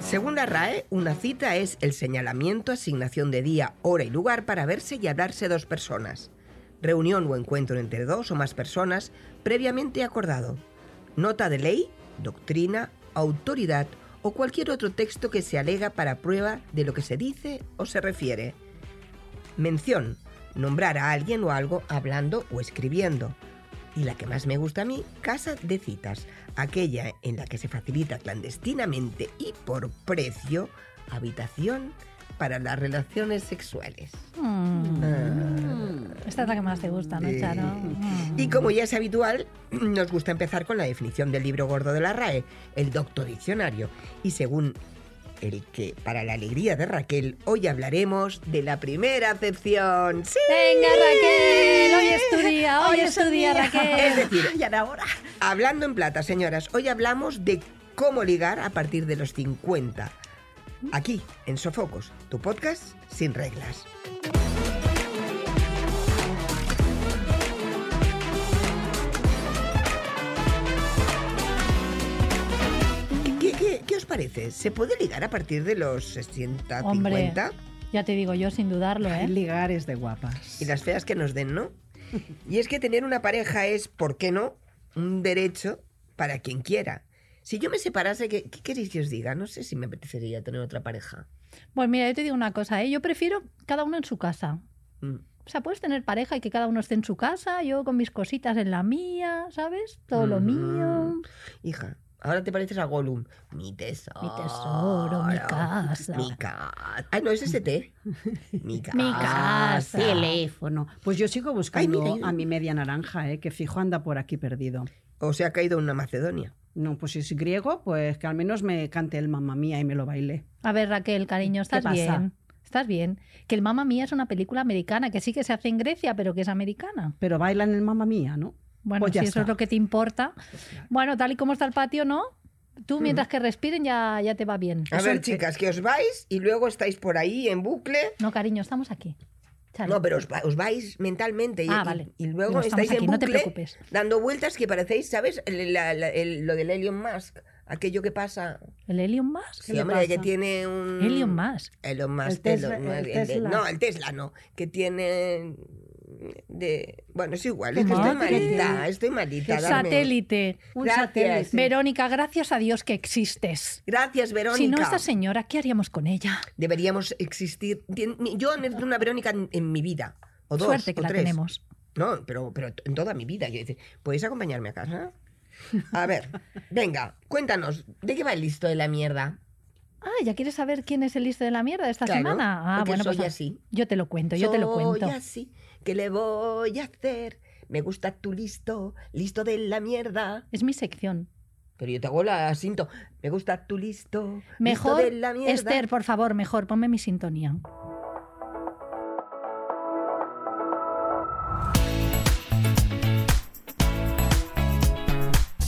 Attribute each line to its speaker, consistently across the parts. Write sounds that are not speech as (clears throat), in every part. Speaker 1: Según la RAE, una cita es el señalamiento, asignación de día, hora y lugar para verse y hablarse dos personas. Reunión o encuentro entre dos o más personas previamente acordado. Nota de ley, doctrina, autoridad o cualquier otro texto que se alega para prueba de lo que se dice o se refiere. Mención. Nombrar a alguien o algo hablando o escribiendo. Y la que más me gusta a mí, casa de citas, aquella en la que se facilita clandestinamente y por precio habitación para las relaciones sexuales.
Speaker 2: Mm.
Speaker 1: Ah.
Speaker 2: Esta es la que más te gusta, ¿no,
Speaker 1: Sí.
Speaker 2: Charo? Mm.
Speaker 1: Y como ya es habitual, (clears throat) nos gusta empezar con la definición del libro gordo de la RAE, el Docto Diccionario. Y según el que, para la alegría de Raquel, hoy hablaremos de la primera acepción. ¡Sí!
Speaker 2: Venga, Raquel, hoy es tu
Speaker 1: (laughs)
Speaker 2: día, hoy, es tu día,
Speaker 1: Es
Speaker 2: Raquel. (laughs)
Speaker 1: decir,
Speaker 3: Ya era ahora.
Speaker 1: hablando en plata, señoras, hoy hablamos de cómo ligar a partir de los 50. Aquí, en Sofocos, tu podcast sin reglas. ¿Qué, qué- qué os parece? ¿Se puede ligar a partir de los 60,
Speaker 2: Hombre.
Speaker 1: 50?
Speaker 2: Ya te digo yo, sin dudarlo, ¿eh?
Speaker 3: Ligar es de guapas.
Speaker 1: Y las feas que nos den,
Speaker 2: (laughs)
Speaker 1: ¿no? Y es que tener una pareja es, ¿por qué no? Un derecho para quien quiera. Si yo me separase, ¿qué, qué queréis que os diga? No sé si me apetecería tener otra pareja.
Speaker 2: Pues mira, yo te digo una cosa, ¿eh? Yo prefiero cada uno en su casa.
Speaker 1: Mm.
Speaker 2: O sea, puedes tener pareja y que cada uno esté en su casa, yo con mis cositas en la mía, ¿sabes? Todo lo
Speaker 1: Ujú.
Speaker 2: mío,
Speaker 1: Hija, ahora te pareces a Gollum. Mi tesoro.
Speaker 2: mi tesoro, mi casa.
Speaker 1: Mi casa. Ah, no, es ese
Speaker 2: (laughs)
Speaker 1: té. Mi casa.
Speaker 2: Mi casa.
Speaker 3: Teléfono. Pues yo sigo buscando
Speaker 1: Ay, mira.
Speaker 3: a mi media naranja, eh, que fijo anda por aquí perdido.
Speaker 1: O se ha caído una Macedonia.
Speaker 3: No, pues si es griego, pues que al menos me cante el mamá mía y me lo baile.
Speaker 2: A ver, Raquel, cariño,
Speaker 3: ¿Qué
Speaker 2: ¿estás
Speaker 3: pasa?
Speaker 2: bien? ¿Estás bien? Que el Mamma Mía es una película americana, que sí que se hace en Grecia, pero que es americana.
Speaker 3: Pero bailan el mamá mía, ¿no?
Speaker 2: Bueno,
Speaker 3: Pues
Speaker 2: si
Speaker 3: ya
Speaker 2: eso
Speaker 3: está.
Speaker 2: es lo que te importa.
Speaker 1: Pues
Speaker 2: Bueno, tal y como está el patio, ¿no? Tú, mientras que respiren, ya, ya te va bien.
Speaker 1: A
Speaker 3: Eso
Speaker 1: ver,
Speaker 3: es-
Speaker 1: chicas, que os vais y luego estáis por ahí en bucle.
Speaker 2: No, cariño, estamos aquí. Charo.
Speaker 1: No, pero os, va- os vais mentalmente y,
Speaker 2: Ah,
Speaker 1: y-
Speaker 2: vale.
Speaker 1: y luego
Speaker 2: No, estamos
Speaker 1: estáis en
Speaker 2: aquí, no te
Speaker 1: bucle
Speaker 2: preocupes.
Speaker 1: dando vueltas que parecéis, ¿sabes? El- la- la- el- lo del Elon Musk, aquello que pasa.
Speaker 2: ¿El Helium
Speaker 1: Sí,
Speaker 2: Musk? ¿Qué le
Speaker 1: hombre, que
Speaker 2: pasa?
Speaker 1: tiene un...
Speaker 2: Elon Musk.
Speaker 1: Elon Musk,
Speaker 3: El Tesla-
Speaker 1: Elon-
Speaker 3: el
Speaker 1: el- el-
Speaker 3: Tesla.
Speaker 1: no, el Tesla no, que tiene de... Bueno, es igual, es
Speaker 2: ¿Qué
Speaker 1: que estoy
Speaker 2: madre?
Speaker 1: malita, estoy malita. dame.
Speaker 2: Satélite.
Speaker 3: Un
Speaker 1: Gracias.
Speaker 3: satélite.
Speaker 2: Verónica, gracias a Dios que existes.
Speaker 1: Gracias, Verónica.
Speaker 2: Si no, esta señora, ¿qué haríamos con ella?
Speaker 1: Deberíamos existir... Tien- Yo necesito una Verónica en, en mi vida, o dos,
Speaker 2: Suerte
Speaker 1: o
Speaker 2: que la
Speaker 1: tres.
Speaker 2: tenemos.
Speaker 1: No, pero, pero en toda mi vida. Yo decía, ¿podéis acompañarme a casa? A
Speaker 2: (laughs)
Speaker 1: ver, venga, cuéntanos, ¿de qué va el listo de la mierda?
Speaker 2: Ah, ¿ya quieres saber quién es el listo de la mierda de esta
Speaker 1: Claro,
Speaker 2: semana? Ah,
Speaker 1: porque
Speaker 2: bueno,
Speaker 1: soy
Speaker 2: pues ah,
Speaker 1: así.
Speaker 2: yo te lo cuento, yo te lo
Speaker 1: Soy
Speaker 2: cuento.
Speaker 1: así, ¿qué le voy a hacer? Me gusta tu listo, listo de la mierda.
Speaker 2: Es mi sección.
Speaker 1: Pero yo te hago la cinto. Me gusta tu listo, listo
Speaker 2: Mejor,
Speaker 1: de la mierda.
Speaker 2: Esther, por favor, mejor, ponme mi sintonía.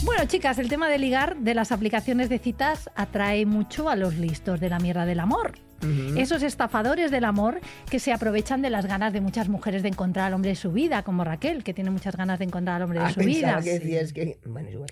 Speaker 2: Bueno, chicas, el tema de ligar de las aplicaciones de citas atrae mucho a los listos de la mierda del amor.
Speaker 1: Ujú.
Speaker 2: Esos estafadores del amor que se aprovechan de las ganas de muchas mujeres de encontrar al hombre de su vida, como Raquel, que tiene muchas ganas de encontrar al hombre de
Speaker 1: Ah,
Speaker 2: su
Speaker 1: pensaba
Speaker 2: vida.
Speaker 1: que decías que... Bueno, es igual.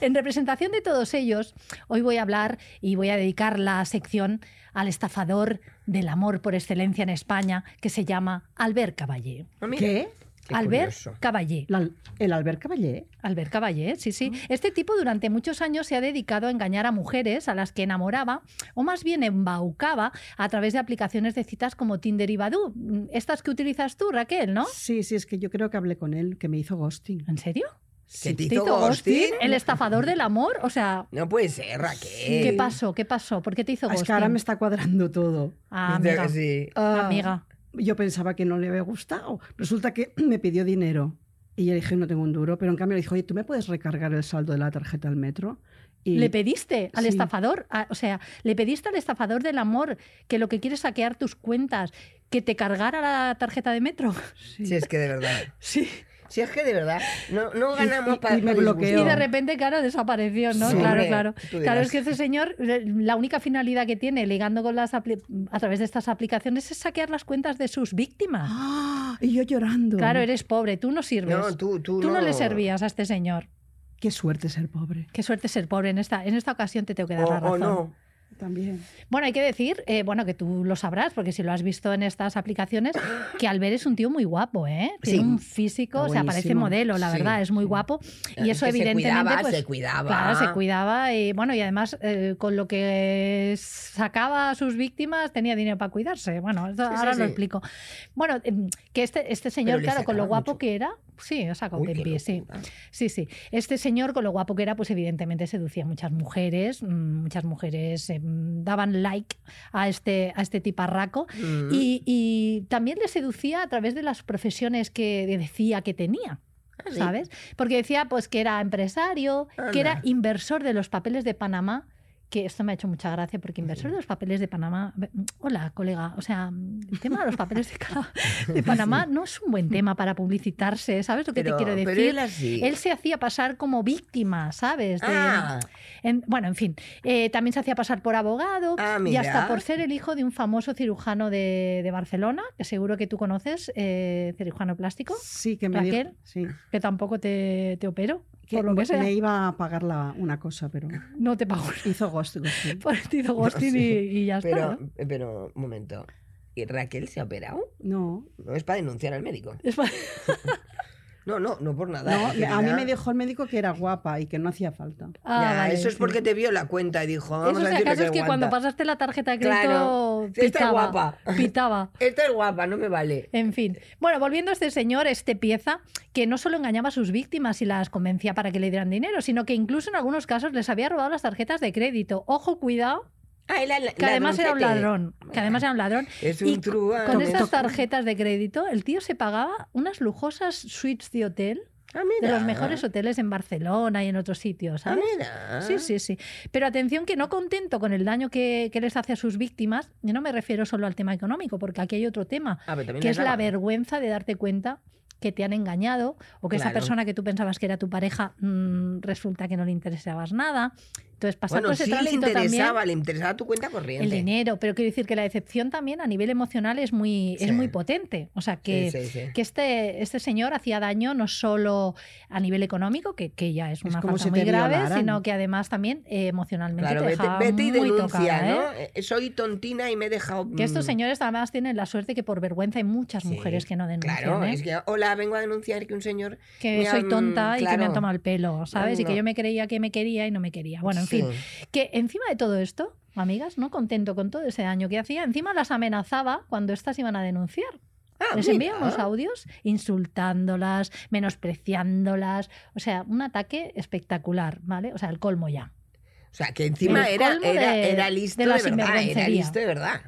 Speaker 2: En representación de todos ellos, hoy voy a hablar y voy a dedicar la sección al estafador del amor por excelencia en España, que se llama Albert Caballé.
Speaker 1: Ah, mira,
Speaker 3: ¿Qué?
Speaker 1: qué
Speaker 2: Albert
Speaker 1: curioso.
Speaker 2: Caballé.
Speaker 3: La- el Albert Caballé.
Speaker 2: Albert Caballé, sí,
Speaker 1: Mm.
Speaker 2: sí. Este tipo durante muchos años se ha dedicado a engañar a mujeres a las que enamoraba o más bien embaucaba a través de aplicaciones de citas como Tinder y Badoo. Mm, Estas que utilizas tú, Raquel, ¿no?
Speaker 3: Sí, sí, es que yo creo que hablé con él, que me hizo ghosting.
Speaker 2: ¿En serio?
Speaker 1: ¿Que
Speaker 3: Sí.
Speaker 1: te hizo ghosting?
Speaker 2: ¿El estafador del amor? O sea,
Speaker 1: No puede ser, Raquel.
Speaker 2: ¿qué pasó? ¿Qué pasó? ¿Por qué te hizo
Speaker 3: Ah, Es
Speaker 2: ghosting?
Speaker 3: que ahora me está cuadrando todo.
Speaker 2: Ah,
Speaker 1: Dice que
Speaker 2: amiga.
Speaker 1: sí.
Speaker 3: Ah,
Speaker 2: Amiga.
Speaker 3: Yo pensaba que no le había gustado. Resulta que (clears throat) me pidió dinero. Y yo le dije, no tengo un duro. Pero en cambio le dije, oye, ¿tú me puedes recargar el saldo de la tarjeta al metro? Y
Speaker 2: Le pediste al
Speaker 3: Sí.
Speaker 2: estafador, a- o sea, le pediste al estafador del amor que lo que quiere es saquear tus cuentas, que te cargara la tarjeta de metro. (laughs)
Speaker 3: Sí.
Speaker 1: Si es que de verdad.
Speaker 3: Sí.
Speaker 1: Si es que de verdad. No, no ganamos
Speaker 3: y-
Speaker 1: para
Speaker 3: y me bloqueó.
Speaker 2: Y de repente, claro, desapareció, ¿no?
Speaker 3: Sí,
Speaker 2: claro,
Speaker 1: hombre,
Speaker 2: claro.
Speaker 1: tú
Speaker 2: Claro,
Speaker 1: dirás.
Speaker 2: es que ese señor, eh, la única finalidad que tiene ligando con las apli- a través de estas aplicaciones es saquear las cuentas de sus víctimas.
Speaker 3: Ah, y yo llorando.
Speaker 2: Claro, eres pobre, tú no sirves.
Speaker 1: No, tú, tú,
Speaker 2: Tú no le servías a este señor.
Speaker 3: Qué suerte ser pobre.
Speaker 2: Qué suerte ser pobre en esta, en esta ocasión te tengo
Speaker 1: O,
Speaker 2: que dar la
Speaker 1: o
Speaker 2: razón.
Speaker 1: no.
Speaker 3: También.
Speaker 2: Bueno, hay que decir, eh, bueno, que tú lo sabrás, porque si lo has visto en
Speaker 1: (gasps)
Speaker 2: estas aplicaciones, que Albert es un tío muy guapo, ¿eh? Tiene
Speaker 1: Sí.
Speaker 2: un físico,
Speaker 3: Está
Speaker 2: o sea, parece
Speaker 3: buenísimo.
Speaker 2: modelo, la
Speaker 1: Sí. Ah,
Speaker 2: verdad, es muy guapo. Y
Speaker 1: Es
Speaker 2: eso
Speaker 1: que se
Speaker 2: evidentemente...
Speaker 1: cuidaba,
Speaker 2: pues,
Speaker 1: se cuidaba.
Speaker 2: Claro, se cuidaba y bueno, y además eh, con lo que sacaba a sus víctimas tenía dinero para cuidarse. Bueno, esto
Speaker 1: Sí, sí,
Speaker 2: ahora
Speaker 1: sí.
Speaker 2: lo explico. Bueno, em, que este, este señor,
Speaker 1: le
Speaker 2: claro, con lo
Speaker 1: sacaba
Speaker 2: guapo
Speaker 1: mucho.
Speaker 2: que era, sí, o sea, con
Speaker 1: Uy, qué
Speaker 2: Tempi, sí.
Speaker 1: locura.
Speaker 2: Sí, sí. Este señor, con lo guapo que era, pues evidentemente seducía a muchas mujeres. mm, Muchas mujeres eh, mm, daban like a este, a este tiparraco.
Speaker 1: Mm.
Speaker 2: Y, y también le seducía a través de las profesiones que decía que tenía.
Speaker 1: Ah, sí.
Speaker 2: ¿Sabes? Porque decía pues que era empresario, que era
Speaker 1: Anda.
Speaker 2: inversor de los papeles de Panamá, que esto me ha hecho mucha gracia porque inversor de los papeles de Panamá, hola colega, o sea, el tema de los papeles de, ca- de
Speaker 1: (laughs)
Speaker 2: Panamá no es un buen tema para publicitarse, ¿sabes lo que
Speaker 1: Pero-
Speaker 2: te quiero
Speaker 1: pero
Speaker 2: decir?
Speaker 1: él así.
Speaker 2: Él se hacía pasar como víctima, ¿sabes? De-
Speaker 1: Ah,
Speaker 2: en- bueno, en fin, Eh, también se hacía pasar por abogado
Speaker 1: Ah,
Speaker 2: y
Speaker 1: mira.
Speaker 2: hasta por ser el hijo de un famoso cirujano de, de Barcelona, que seguro que tú conoces, eh, cirujano plástico,
Speaker 3: Sí, que me dijo-
Speaker 2: Raquel.
Speaker 3: sí,
Speaker 2: que tampoco te, te opero,
Speaker 3: que
Speaker 2: por lo que sea.
Speaker 3: me iba a pagar la- una
Speaker 2: (laughs)
Speaker 3: cosa, pero
Speaker 2: No te pago.
Speaker 3: hizo ghost ghosting.
Speaker 2: Por ti de ghosting
Speaker 1: No, sí.
Speaker 2: y, y ya está.
Speaker 1: pero,
Speaker 2: ¿no?
Speaker 1: pero, un momento. ¿Y Raquel se ha operado?
Speaker 3: No,
Speaker 1: No es para denunciar al médico.
Speaker 2: Es pa-
Speaker 1: No, no, no por nada. eh,
Speaker 3: no,
Speaker 1: en realidad.
Speaker 3: a mí me dijo el médico que era guapa y que no hacía falta.
Speaker 2: Ah,
Speaker 1: Ya,
Speaker 2: vale,
Speaker 1: eso es
Speaker 2: sí.
Speaker 1: porque te vio la cuenta y dijo, vamos a
Speaker 2: Eso si
Speaker 1: decirle
Speaker 2: acaso es que
Speaker 1: aguanta.
Speaker 2: cuando pasaste la tarjeta de crédito
Speaker 1: Claro. Sí, está
Speaker 2: pitaba,
Speaker 1: guapa.
Speaker 2: pitaba.
Speaker 1: Esta es guapa, no me vale.
Speaker 2: En fin. Bueno, volviendo a este señor, este pieza, que no solo engañaba a sus víctimas y las convencía para que le dieran dinero, sino que incluso en algunos casos les había robado las tarjetas de crédito. Ojo, cuidado,
Speaker 1: Ah, él era
Speaker 2: que además era un
Speaker 1: ladroncete.
Speaker 2: ladrón. Que además era un ladrón.
Speaker 1: Es
Speaker 2: Y
Speaker 1: un truán.
Speaker 2: Con
Speaker 3: me
Speaker 2: esas
Speaker 3: tocó.
Speaker 2: tarjetas de crédito, el tío se pagaba unas lujosas suites de hotel,
Speaker 1: Ah,
Speaker 2: de
Speaker 1: mira.
Speaker 2: los mejores hoteles en Barcelona y en otros sitios,
Speaker 1: Ah,
Speaker 2: ¿sabes?
Speaker 1: mira.
Speaker 2: Sí, sí, sí. Pero atención que no contento con el daño que, que les hace a sus víctimas, yo no me refiero solo al tema económico, porque aquí hay otro tema,
Speaker 1: Ah, pero también
Speaker 2: que es la
Speaker 1: daba.
Speaker 2: vergüenza de darte cuenta que te han engañado o que esa
Speaker 1: Claro.
Speaker 2: persona que tú pensabas que era tu pareja mm, resulta que no le interesabas nada. Entonces, pasar
Speaker 1: Bueno,
Speaker 2: por ese
Speaker 1: sí le
Speaker 2: tránsito también
Speaker 1: interesaba, le interesaba tu cuenta corriente.
Speaker 2: el dinero, pero quiero decir que la decepción también a nivel emocional es muy, es
Speaker 1: Sí.
Speaker 2: muy potente. O sea, que,
Speaker 1: Sí, sí, sí.
Speaker 2: que este, este señor hacía daño no solo a nivel económico, que, que ya es una
Speaker 3: como
Speaker 2: falta
Speaker 3: si
Speaker 2: muy
Speaker 3: te
Speaker 2: grave,
Speaker 3: violaran.
Speaker 2: sino que además también eh, emocionalmente
Speaker 1: Claro,
Speaker 2: te
Speaker 1: vete,
Speaker 2: dejaba
Speaker 1: vete y
Speaker 2: muy
Speaker 1: denuncia,
Speaker 2: tocada, ¿eh?
Speaker 1: ¿no? Eh, Soy tontina y me he dejado...
Speaker 2: Que estos
Speaker 1: mm,
Speaker 2: señores además tienen la suerte que por vergüenza hay muchas
Speaker 1: sí.
Speaker 2: mujeres que no denuncian,
Speaker 1: Claro,
Speaker 2: ¿eh?
Speaker 1: es que, hola, vengo a denunciar que un señor...
Speaker 2: que
Speaker 1: me
Speaker 2: soy
Speaker 1: han-
Speaker 2: tonta y que me han
Speaker 1: claro.
Speaker 2: tomado el pelo, ¿sabes? Y que
Speaker 1: No.
Speaker 2: yo me creía que me quería y no me quería. Bueno, en
Speaker 1: Sí.
Speaker 2: fin, que encima de todo esto, amigas, no contento con todo ese daño que hacía, encima las amenazaba cuando estas iban a denunciar.
Speaker 1: Ah,
Speaker 2: Les
Speaker 1: mira.
Speaker 2: envía unos audios insultándolas, menospreciándolas, o sea, un ataque espectacular, ¿vale? O sea, el colmo ya.
Speaker 1: O sea, que encima
Speaker 2: El
Speaker 1: era,
Speaker 2: colmo
Speaker 1: era,
Speaker 2: de-
Speaker 1: era
Speaker 2: de
Speaker 1: listo de,
Speaker 2: la
Speaker 1: verdad, era
Speaker 2: sinvergüencería.
Speaker 1: listo de verdad.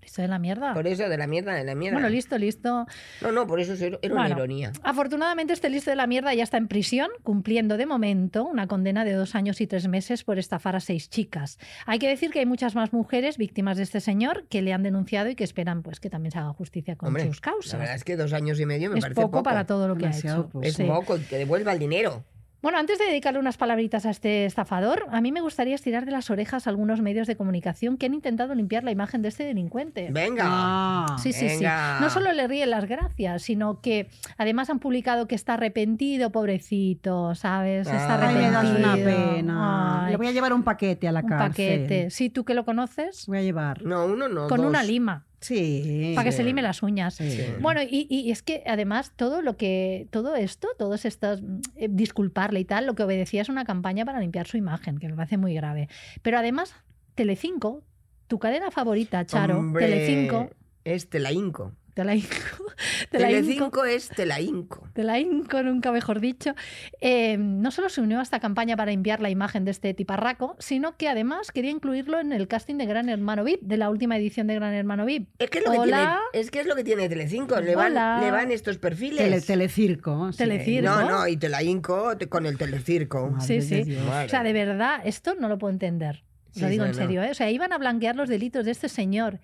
Speaker 2: Listo de la mierda.
Speaker 1: Por eso, de la mierda, de la mierda.
Speaker 2: Bueno, listo, listo.
Speaker 1: No, no, por eso era era una
Speaker 2: Bueno.
Speaker 1: ironía.
Speaker 2: Afortunadamente, este listo de la mierda ya está en prisión, cumpliendo de momento una condena de dos años y tres meses por estafar a seis chicas. Hay que decir que hay muchas más mujeres víctimas de este señor que le han denunciado y que esperan pues que también se haga justicia con
Speaker 1: Hombre,
Speaker 2: sus
Speaker 1: La verdad
Speaker 2: causas.
Speaker 1: es que dos años y medio me
Speaker 2: Es
Speaker 1: parece
Speaker 2: poco,
Speaker 1: poco.
Speaker 2: para todo lo que
Speaker 3: Demasiado
Speaker 2: ha hecho.
Speaker 3: poco.
Speaker 1: Es
Speaker 2: Sí.
Speaker 1: poco, y que devuelva el dinero.
Speaker 2: Bueno, antes de dedicarle unas palabritas a este estafador, a mí me gustaría estirar de las orejas a algunos medios de comunicación que han intentado limpiar la imagen de este delincuente.
Speaker 1: Venga.
Speaker 3: Ah,
Speaker 2: Sí, sí, sí.
Speaker 1: venga.
Speaker 2: No solo le ríen las gracias, sino que además han publicado que está arrepentido, pobrecito, ¿sabes? Está
Speaker 1: Ay,
Speaker 3: Ay, me das
Speaker 2: arrepentido.
Speaker 3: una pena.
Speaker 2: Ay,
Speaker 3: Le voy a llevar un paquete a la
Speaker 2: un
Speaker 3: cárcel.
Speaker 2: paquete. Sí, tú que lo conoces,
Speaker 3: Voy a llevar.
Speaker 1: No, uno no.
Speaker 2: con
Speaker 1: dos.
Speaker 2: una lima,
Speaker 3: Sí.
Speaker 2: para que
Speaker 1: Sí.
Speaker 2: se lime las uñas.
Speaker 3: Sí.
Speaker 1: Sí.
Speaker 2: Bueno, y, y- y es que además todo lo que todo esto, todos estos mm, eh, disculparle y tal, lo que obedecía es una campaña para limpiar su imagen, que me parece muy grave. Pero además, Telecinco, tu cadena favorita, Charo,
Speaker 1: Hombre, este,
Speaker 2: Telecinco,
Speaker 1: Es Telainco.
Speaker 2: te la hinco, (laughs) te la hinco.
Speaker 1: Telecinco es Telainco.
Speaker 2: de la INCO, nunca mejor dicho, eh, no solo se unió a esta campaña para enviar la imagen de este tiparraco, sino que además quería incluirlo en el casting de Gran Hermano VIP, de la última edición de Gran Hermano VIP.
Speaker 1: Es que es lo que
Speaker 2: Hola.
Speaker 1: tiene, es que es lo que tiene Telecinco. Le van,
Speaker 2: Hola.
Speaker 1: le van estos perfiles.
Speaker 3: Tele- telecirco. sí.
Speaker 2: Telecirco.
Speaker 1: No, no, y Telainco te- con el Telecinco.
Speaker 3: Madre
Speaker 2: Sí,
Speaker 3: de
Speaker 2: sí.
Speaker 3: Dios.
Speaker 1: Madre.
Speaker 2: O sea, de verdad, esto no lo puedo entender. Lo
Speaker 1: Sí,
Speaker 2: digo
Speaker 1: no,
Speaker 2: en
Speaker 1: no.
Speaker 2: serio, ¿eh? O sea, iban a blanquear los delitos de este señor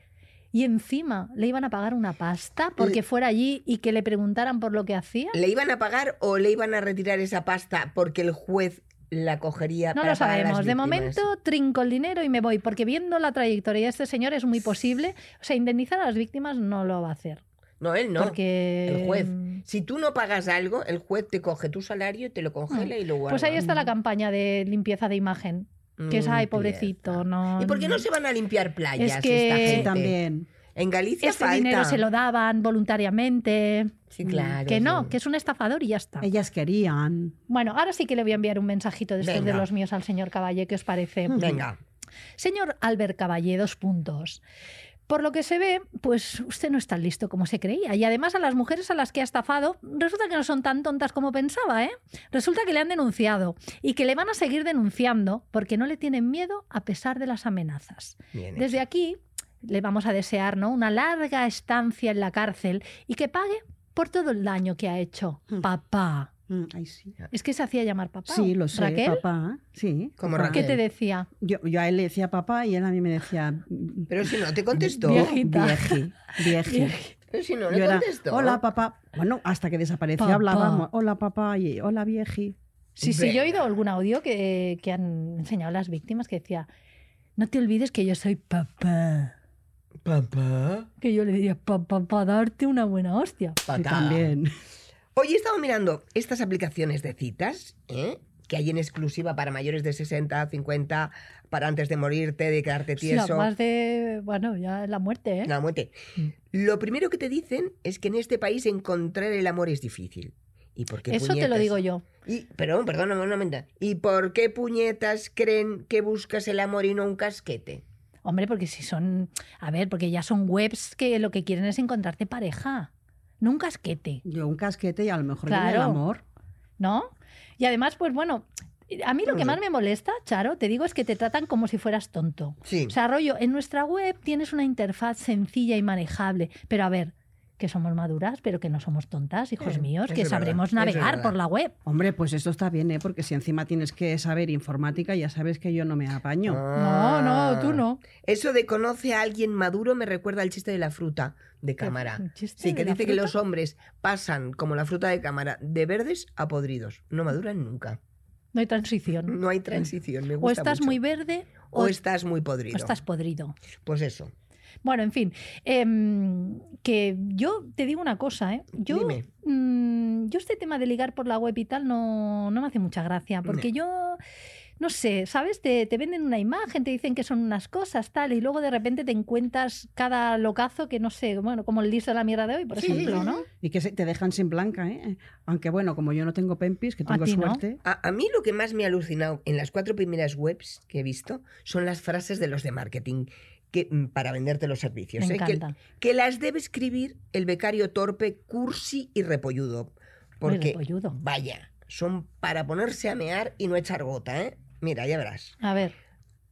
Speaker 2: y encima le iban a pagar una pasta porque fuera allí y que le preguntaran por lo que hacía.
Speaker 1: ¿Le iban a pagar o le iban a retirar esa pasta porque el juez la cogería
Speaker 2: No
Speaker 1: para
Speaker 2: lo
Speaker 1: pagar a las
Speaker 2: sabemos. De
Speaker 1: víctimas?
Speaker 2: momento trinco el dinero y me voy, porque viendo la trayectoria de este señor es muy posible. O sea, indemnizar a las víctimas no lo va a hacer.
Speaker 1: No, él no.
Speaker 2: porque mm,
Speaker 1: El juez. Si tú no pagas algo, el juez te coge tu salario, te lo congela y lo guarda.
Speaker 2: Pues ahí está la campaña de limpieza de imagen. Que es,
Speaker 1: Mm,
Speaker 2: ay,
Speaker 1: tierra.
Speaker 2: pobrecito, no.
Speaker 1: ¿Y por qué no se van a limpiar playas
Speaker 2: Es que-
Speaker 1: esta gente?
Speaker 3: También.
Speaker 1: En Galicia
Speaker 2: Este
Speaker 1: falta.
Speaker 2: dinero se lo daban voluntariamente.
Speaker 1: Sí, claro.
Speaker 2: que no,
Speaker 1: sí.
Speaker 2: que es un estafador y ya está.
Speaker 3: Ellas querían.
Speaker 2: Bueno, ahora sí que le voy a enviar un mensajito de estos
Speaker 1: Venga.
Speaker 2: de los míos al señor Caballé, ¿qué os parece?
Speaker 1: Venga.
Speaker 2: Señor Albert Caballé, dos puntos. Por lo que se ve, pues usted no es tan listo como se creía. Y además a las mujeres a las que ha estafado, resulta que no son tan tontas como pensaba, ¿eh? Resulta que le han denunciado y que le van a seguir denunciando porque no le tienen miedo a pesar de las amenazas.
Speaker 1: bien hecho.
Speaker 2: Desde aquí le vamos a desear ¿no? una larga estancia en la cárcel y que pague por todo el daño que ha hecho.
Speaker 3: Mm.
Speaker 2: Papá.
Speaker 3: Mm, Ay, sí.
Speaker 2: Es que se hacía llamar papá.
Speaker 3: Sí, lo sé,
Speaker 2: Raquel,
Speaker 3: papá. Sí.
Speaker 1: Como
Speaker 3: papá.
Speaker 2: ¿qué
Speaker 1: Raquel.
Speaker 2: te decía?
Speaker 3: Yo, yo a él le decía papá y él a mí me decía. mm,
Speaker 1: Pero si no te contestó.
Speaker 2: Bien.
Speaker 3: vieji,
Speaker 2: Viejita.
Speaker 3: Vieji, vieji.
Speaker 1: Pero si no
Speaker 3: Yo
Speaker 1: le
Speaker 3: era,
Speaker 1: contestó.
Speaker 3: hola papá. Bueno, hasta que desapareció
Speaker 2: Papá.
Speaker 3: hablábamos. Hola papá y hola vieji.
Speaker 2: Sí, sí, yo he oído
Speaker 1: Venga.
Speaker 2: algún audio que, que han enseñado las víctimas que decía, no te olvides que yo soy papá.
Speaker 1: Papá.
Speaker 2: Que yo le diría, papá, para darte una buena hostia.
Speaker 3: Sí,
Speaker 1: Papá.
Speaker 3: también.
Speaker 1: Hoy he estado mirando estas aplicaciones de citas, ¿eh? que hay en exclusiva para mayores de 60, 50, para antes de morirte, de quedarte
Speaker 2: Sí,
Speaker 1: tieso.
Speaker 2: más de, bueno, ya la muerte, ¿eh?
Speaker 1: la muerte. Lo primero que te dicen es que en este país encontrar el amor es difícil. ¿Y por qué
Speaker 2: Eso te lo
Speaker 1: puñetas?
Speaker 2: digo yo.
Speaker 1: Y, perdón, perdóname una menta. ¿Y por qué puñetas creen que buscas el amor y no un casquete?
Speaker 2: Hombre, porque si son. A ver, porque ya son webs que lo que quieren es encontrarte pareja. Nunca esquete,
Speaker 3: Yo un casquete y a lo mejor viene
Speaker 2: Claro.
Speaker 3: el amor.
Speaker 2: ¿no? Y además, pues bueno, a mí lo que
Speaker 1: No sé.
Speaker 2: más me molesta, Charo, te digo, es que te tratan como si fueras tonto.
Speaker 1: Sí.
Speaker 2: O sea, rollo, en nuestra web tienes una interfaz sencilla y manejable. Pero a ver, que somos maduras, pero que no somos tontas, hijos
Speaker 1: Eh,
Speaker 2: míos,
Speaker 1: eso
Speaker 2: que
Speaker 1: es
Speaker 2: sabremos
Speaker 1: verdad, eso es
Speaker 2: navegar
Speaker 1: verdad.
Speaker 2: por la web.
Speaker 3: Hombre, pues esto está bien, ¿eh? Porque si encima tienes que saber informática, ya sabes que yo no me
Speaker 1: Ah.
Speaker 3: apaño.
Speaker 2: No, no, tú no.
Speaker 1: Eso de conoce a alguien maduro me recuerda al chiste de la fruta de cámara.
Speaker 2: ¿Un chiste
Speaker 1: Sí, que
Speaker 2: de la
Speaker 1: dice que
Speaker 2: fruta?
Speaker 1: los hombres pasan como la fruta de cámara, de verdes a podridos. No maduran nunca.
Speaker 2: No hay transición.
Speaker 1: No hay transición. Me
Speaker 2: Mm. O
Speaker 1: gusta
Speaker 2: estás
Speaker 1: mucho.
Speaker 2: muy verde o,
Speaker 1: o estás muy podrido.
Speaker 2: o estás podrido.
Speaker 1: Pues eso.
Speaker 2: Bueno, en fin, em, que yo te digo una cosa, ¿eh? Yo,
Speaker 1: Dime.
Speaker 2: mm, yo este tema de ligar por la web y tal no, no me hace mucha gracia, porque yo, no sé, ¿sabes? Te, te venden una imagen, te dicen que son unas cosas, tal, y luego de repente te encuentras cada locazo que no sé, bueno, como el listo de la mierda de hoy, por
Speaker 1: Sí.
Speaker 2: ejemplo, ¿no?
Speaker 3: Y que se- te dejan sin blanca, ¿eh? Aunque bueno, como yo no tengo pempis, que
Speaker 2: A
Speaker 3: tengo
Speaker 2: ti no.
Speaker 3: suerte.
Speaker 1: A, a mí lo que más me ha alucinado en las cuatro primeras webs que he visto son las frases de los de marketing que, mm, para venderte los servicios.
Speaker 2: me
Speaker 1: ¿eh? Que-
Speaker 2: encanta.
Speaker 1: Que, las debe escribir el becario torpe, cursi y repolludo. Porque,
Speaker 2: repolludo.
Speaker 1: vaya, son para ponerse a mear y no echar gota, ¿eh? Mira, ya verás.
Speaker 2: A ver,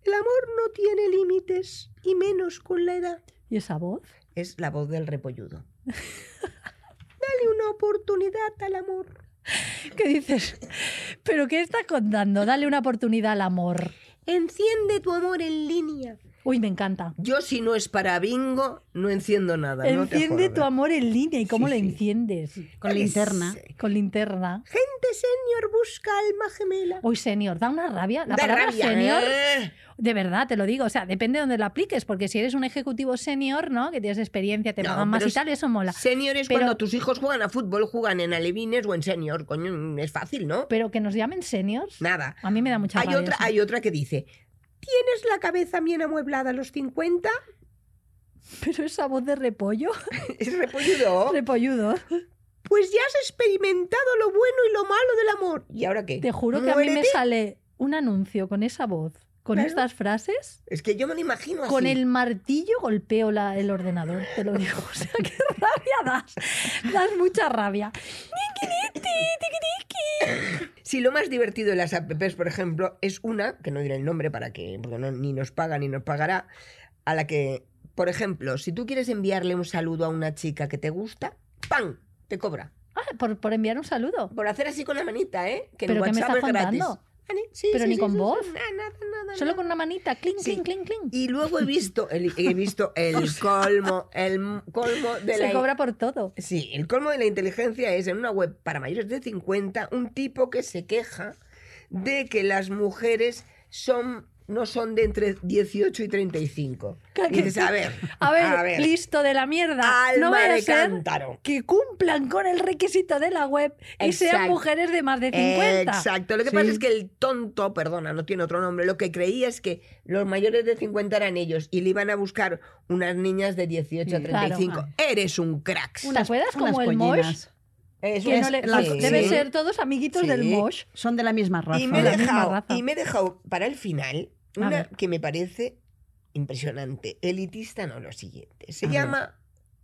Speaker 1: El amor no tiene límites, y menos con la edad.
Speaker 2: ¿y esa voz?
Speaker 1: Es la voz del repolludo.
Speaker 2: (laughs)
Speaker 1: Dale una oportunidad al amor.
Speaker 2: ¿Qué dices? (laughs) ¿Pero qué estás contando? Dale una oportunidad al amor.
Speaker 1: Enciende tu amor en línea.
Speaker 2: Uy, me encanta.
Speaker 1: Yo si no es para bingo, no enciendo nada. no te
Speaker 2: Enciende tu
Speaker 1: jodas.
Speaker 2: amor en línea. ¿Y cómo
Speaker 1: Sí,
Speaker 2: lo
Speaker 1: sí.
Speaker 2: enciendes?
Speaker 3: Con
Speaker 1: Dale,
Speaker 3: linterna.
Speaker 1: sí.
Speaker 2: Con linterna.
Speaker 1: Gente senior busca alma gemela.
Speaker 2: Uy, senior, da una rabia. La
Speaker 1: Da
Speaker 2: palabra
Speaker 1: rabia,
Speaker 2: senior,
Speaker 1: ¿eh?
Speaker 2: de verdad, te lo digo. O sea, depende de dónde la apliques, porque si eres un ejecutivo senior, ¿no? Que tienes experiencia, te
Speaker 1: No,
Speaker 2: pagan más
Speaker 1: pero
Speaker 2: y tal, eso mola.
Speaker 1: Senior es
Speaker 2: Pero-
Speaker 1: cuando tus hijos juegan a fútbol, juegan en alevines o en senior. Coño, es fácil, ¿no?
Speaker 2: Pero que nos llamen seniors,
Speaker 1: Nada.
Speaker 2: a mí me da mucha
Speaker 1: Hay
Speaker 2: rabia.
Speaker 1: otra,
Speaker 2: eso.
Speaker 1: hay otra que dice, ¿tienes la cabeza bien amueblada a los 50?
Speaker 2: Pero esa voz de repollo,
Speaker 1: (laughs) Es repolludo.
Speaker 2: (laughs) repolludo.
Speaker 1: Pues ya has experimentado lo bueno y lo malo del amor. ¿Y ahora qué?
Speaker 2: Te juro que a mí me
Speaker 1: Muérete.
Speaker 2: sale un anuncio con esa voz, con
Speaker 1: Claro.
Speaker 2: estas frases.
Speaker 1: Es que yo me lo imagino así.
Speaker 2: Con el martillo golpeo la- el ordenador, te lo digo. (laughs) O sea, qué rabia das. Das mucha rabia. Niquiriti, tiquiriqui.
Speaker 1: Si lo más divertido de las apps, por ejemplo, es una, que no diré el nombre para que, porque no- ni nos paga ni nos pagará, a la que, por ejemplo, si tú quieres enviarle un saludo a una chica que te gusta, ¡pam! Te cobra.
Speaker 2: Ah, por, por enviar un saludo.
Speaker 1: Por hacer así con la manita, ¿eh? Que en
Speaker 2: ¿Pero qué me
Speaker 1: WhatsApp
Speaker 2: estás
Speaker 1: es gratis.
Speaker 2: contando?
Speaker 1: Ah, ni- sí,
Speaker 2: Pero
Speaker 1: sí,
Speaker 2: ni
Speaker 1: sí,
Speaker 2: con
Speaker 1: sí,
Speaker 2: voz.
Speaker 1: sí. Nada, nada, nada.
Speaker 2: Solo con una manita. Cling,
Speaker 1: Sí.
Speaker 2: cling, cling, cling.
Speaker 1: Y luego he visto el, he visto
Speaker 2: (laughs)
Speaker 1: el colmo, el colmo de la...
Speaker 2: Se cobra por todo.
Speaker 1: Sí, el colmo de la inteligencia es en una web para mayores de 50 un tipo que se queja de que las mujeres son no son de entre 18 y 35.
Speaker 2: Claro
Speaker 1: Y
Speaker 2: que
Speaker 1: dices,
Speaker 2: sí.
Speaker 1: a ver,
Speaker 2: A ver,
Speaker 1: a ver,
Speaker 2: listo de la mierda.
Speaker 1: alma
Speaker 2: no vaya a
Speaker 1: de
Speaker 2: ser
Speaker 1: cántaro.
Speaker 2: que cumplan con el requisito de la web y sean
Speaker 1: Exacto.
Speaker 2: mujeres de más de 50.
Speaker 1: Exacto. Lo que
Speaker 3: Sí.
Speaker 1: pasa es que el tonto, perdona, no tiene otro nombre, lo que creía es que los mayores de 50 eran ellos y le iban a buscar unas niñas de 18 a
Speaker 3: Sí.
Speaker 1: 35.
Speaker 3: Claro.
Speaker 1: Eres un crack.
Speaker 2: ¿Te acuerdas
Speaker 3: unas
Speaker 2: como el
Speaker 3: pollinas.
Speaker 2: Mosh?
Speaker 1: Es
Speaker 2: Que
Speaker 1: un-
Speaker 2: no le-
Speaker 3: la-
Speaker 1: Sí.
Speaker 2: Deben
Speaker 1: Sí.
Speaker 2: ser todos amiguitos
Speaker 1: Sí.
Speaker 2: del Mosh.
Speaker 3: Son de la misma raza.
Speaker 1: Y me, he
Speaker 2: la misma
Speaker 1: dejado,
Speaker 2: raza.
Speaker 1: y me he dejado para el final
Speaker 2: A
Speaker 1: una
Speaker 2: ver.
Speaker 1: que me parece impresionante. Elitista no, lo siguiente. Se
Speaker 3: A ver.
Speaker 1: llama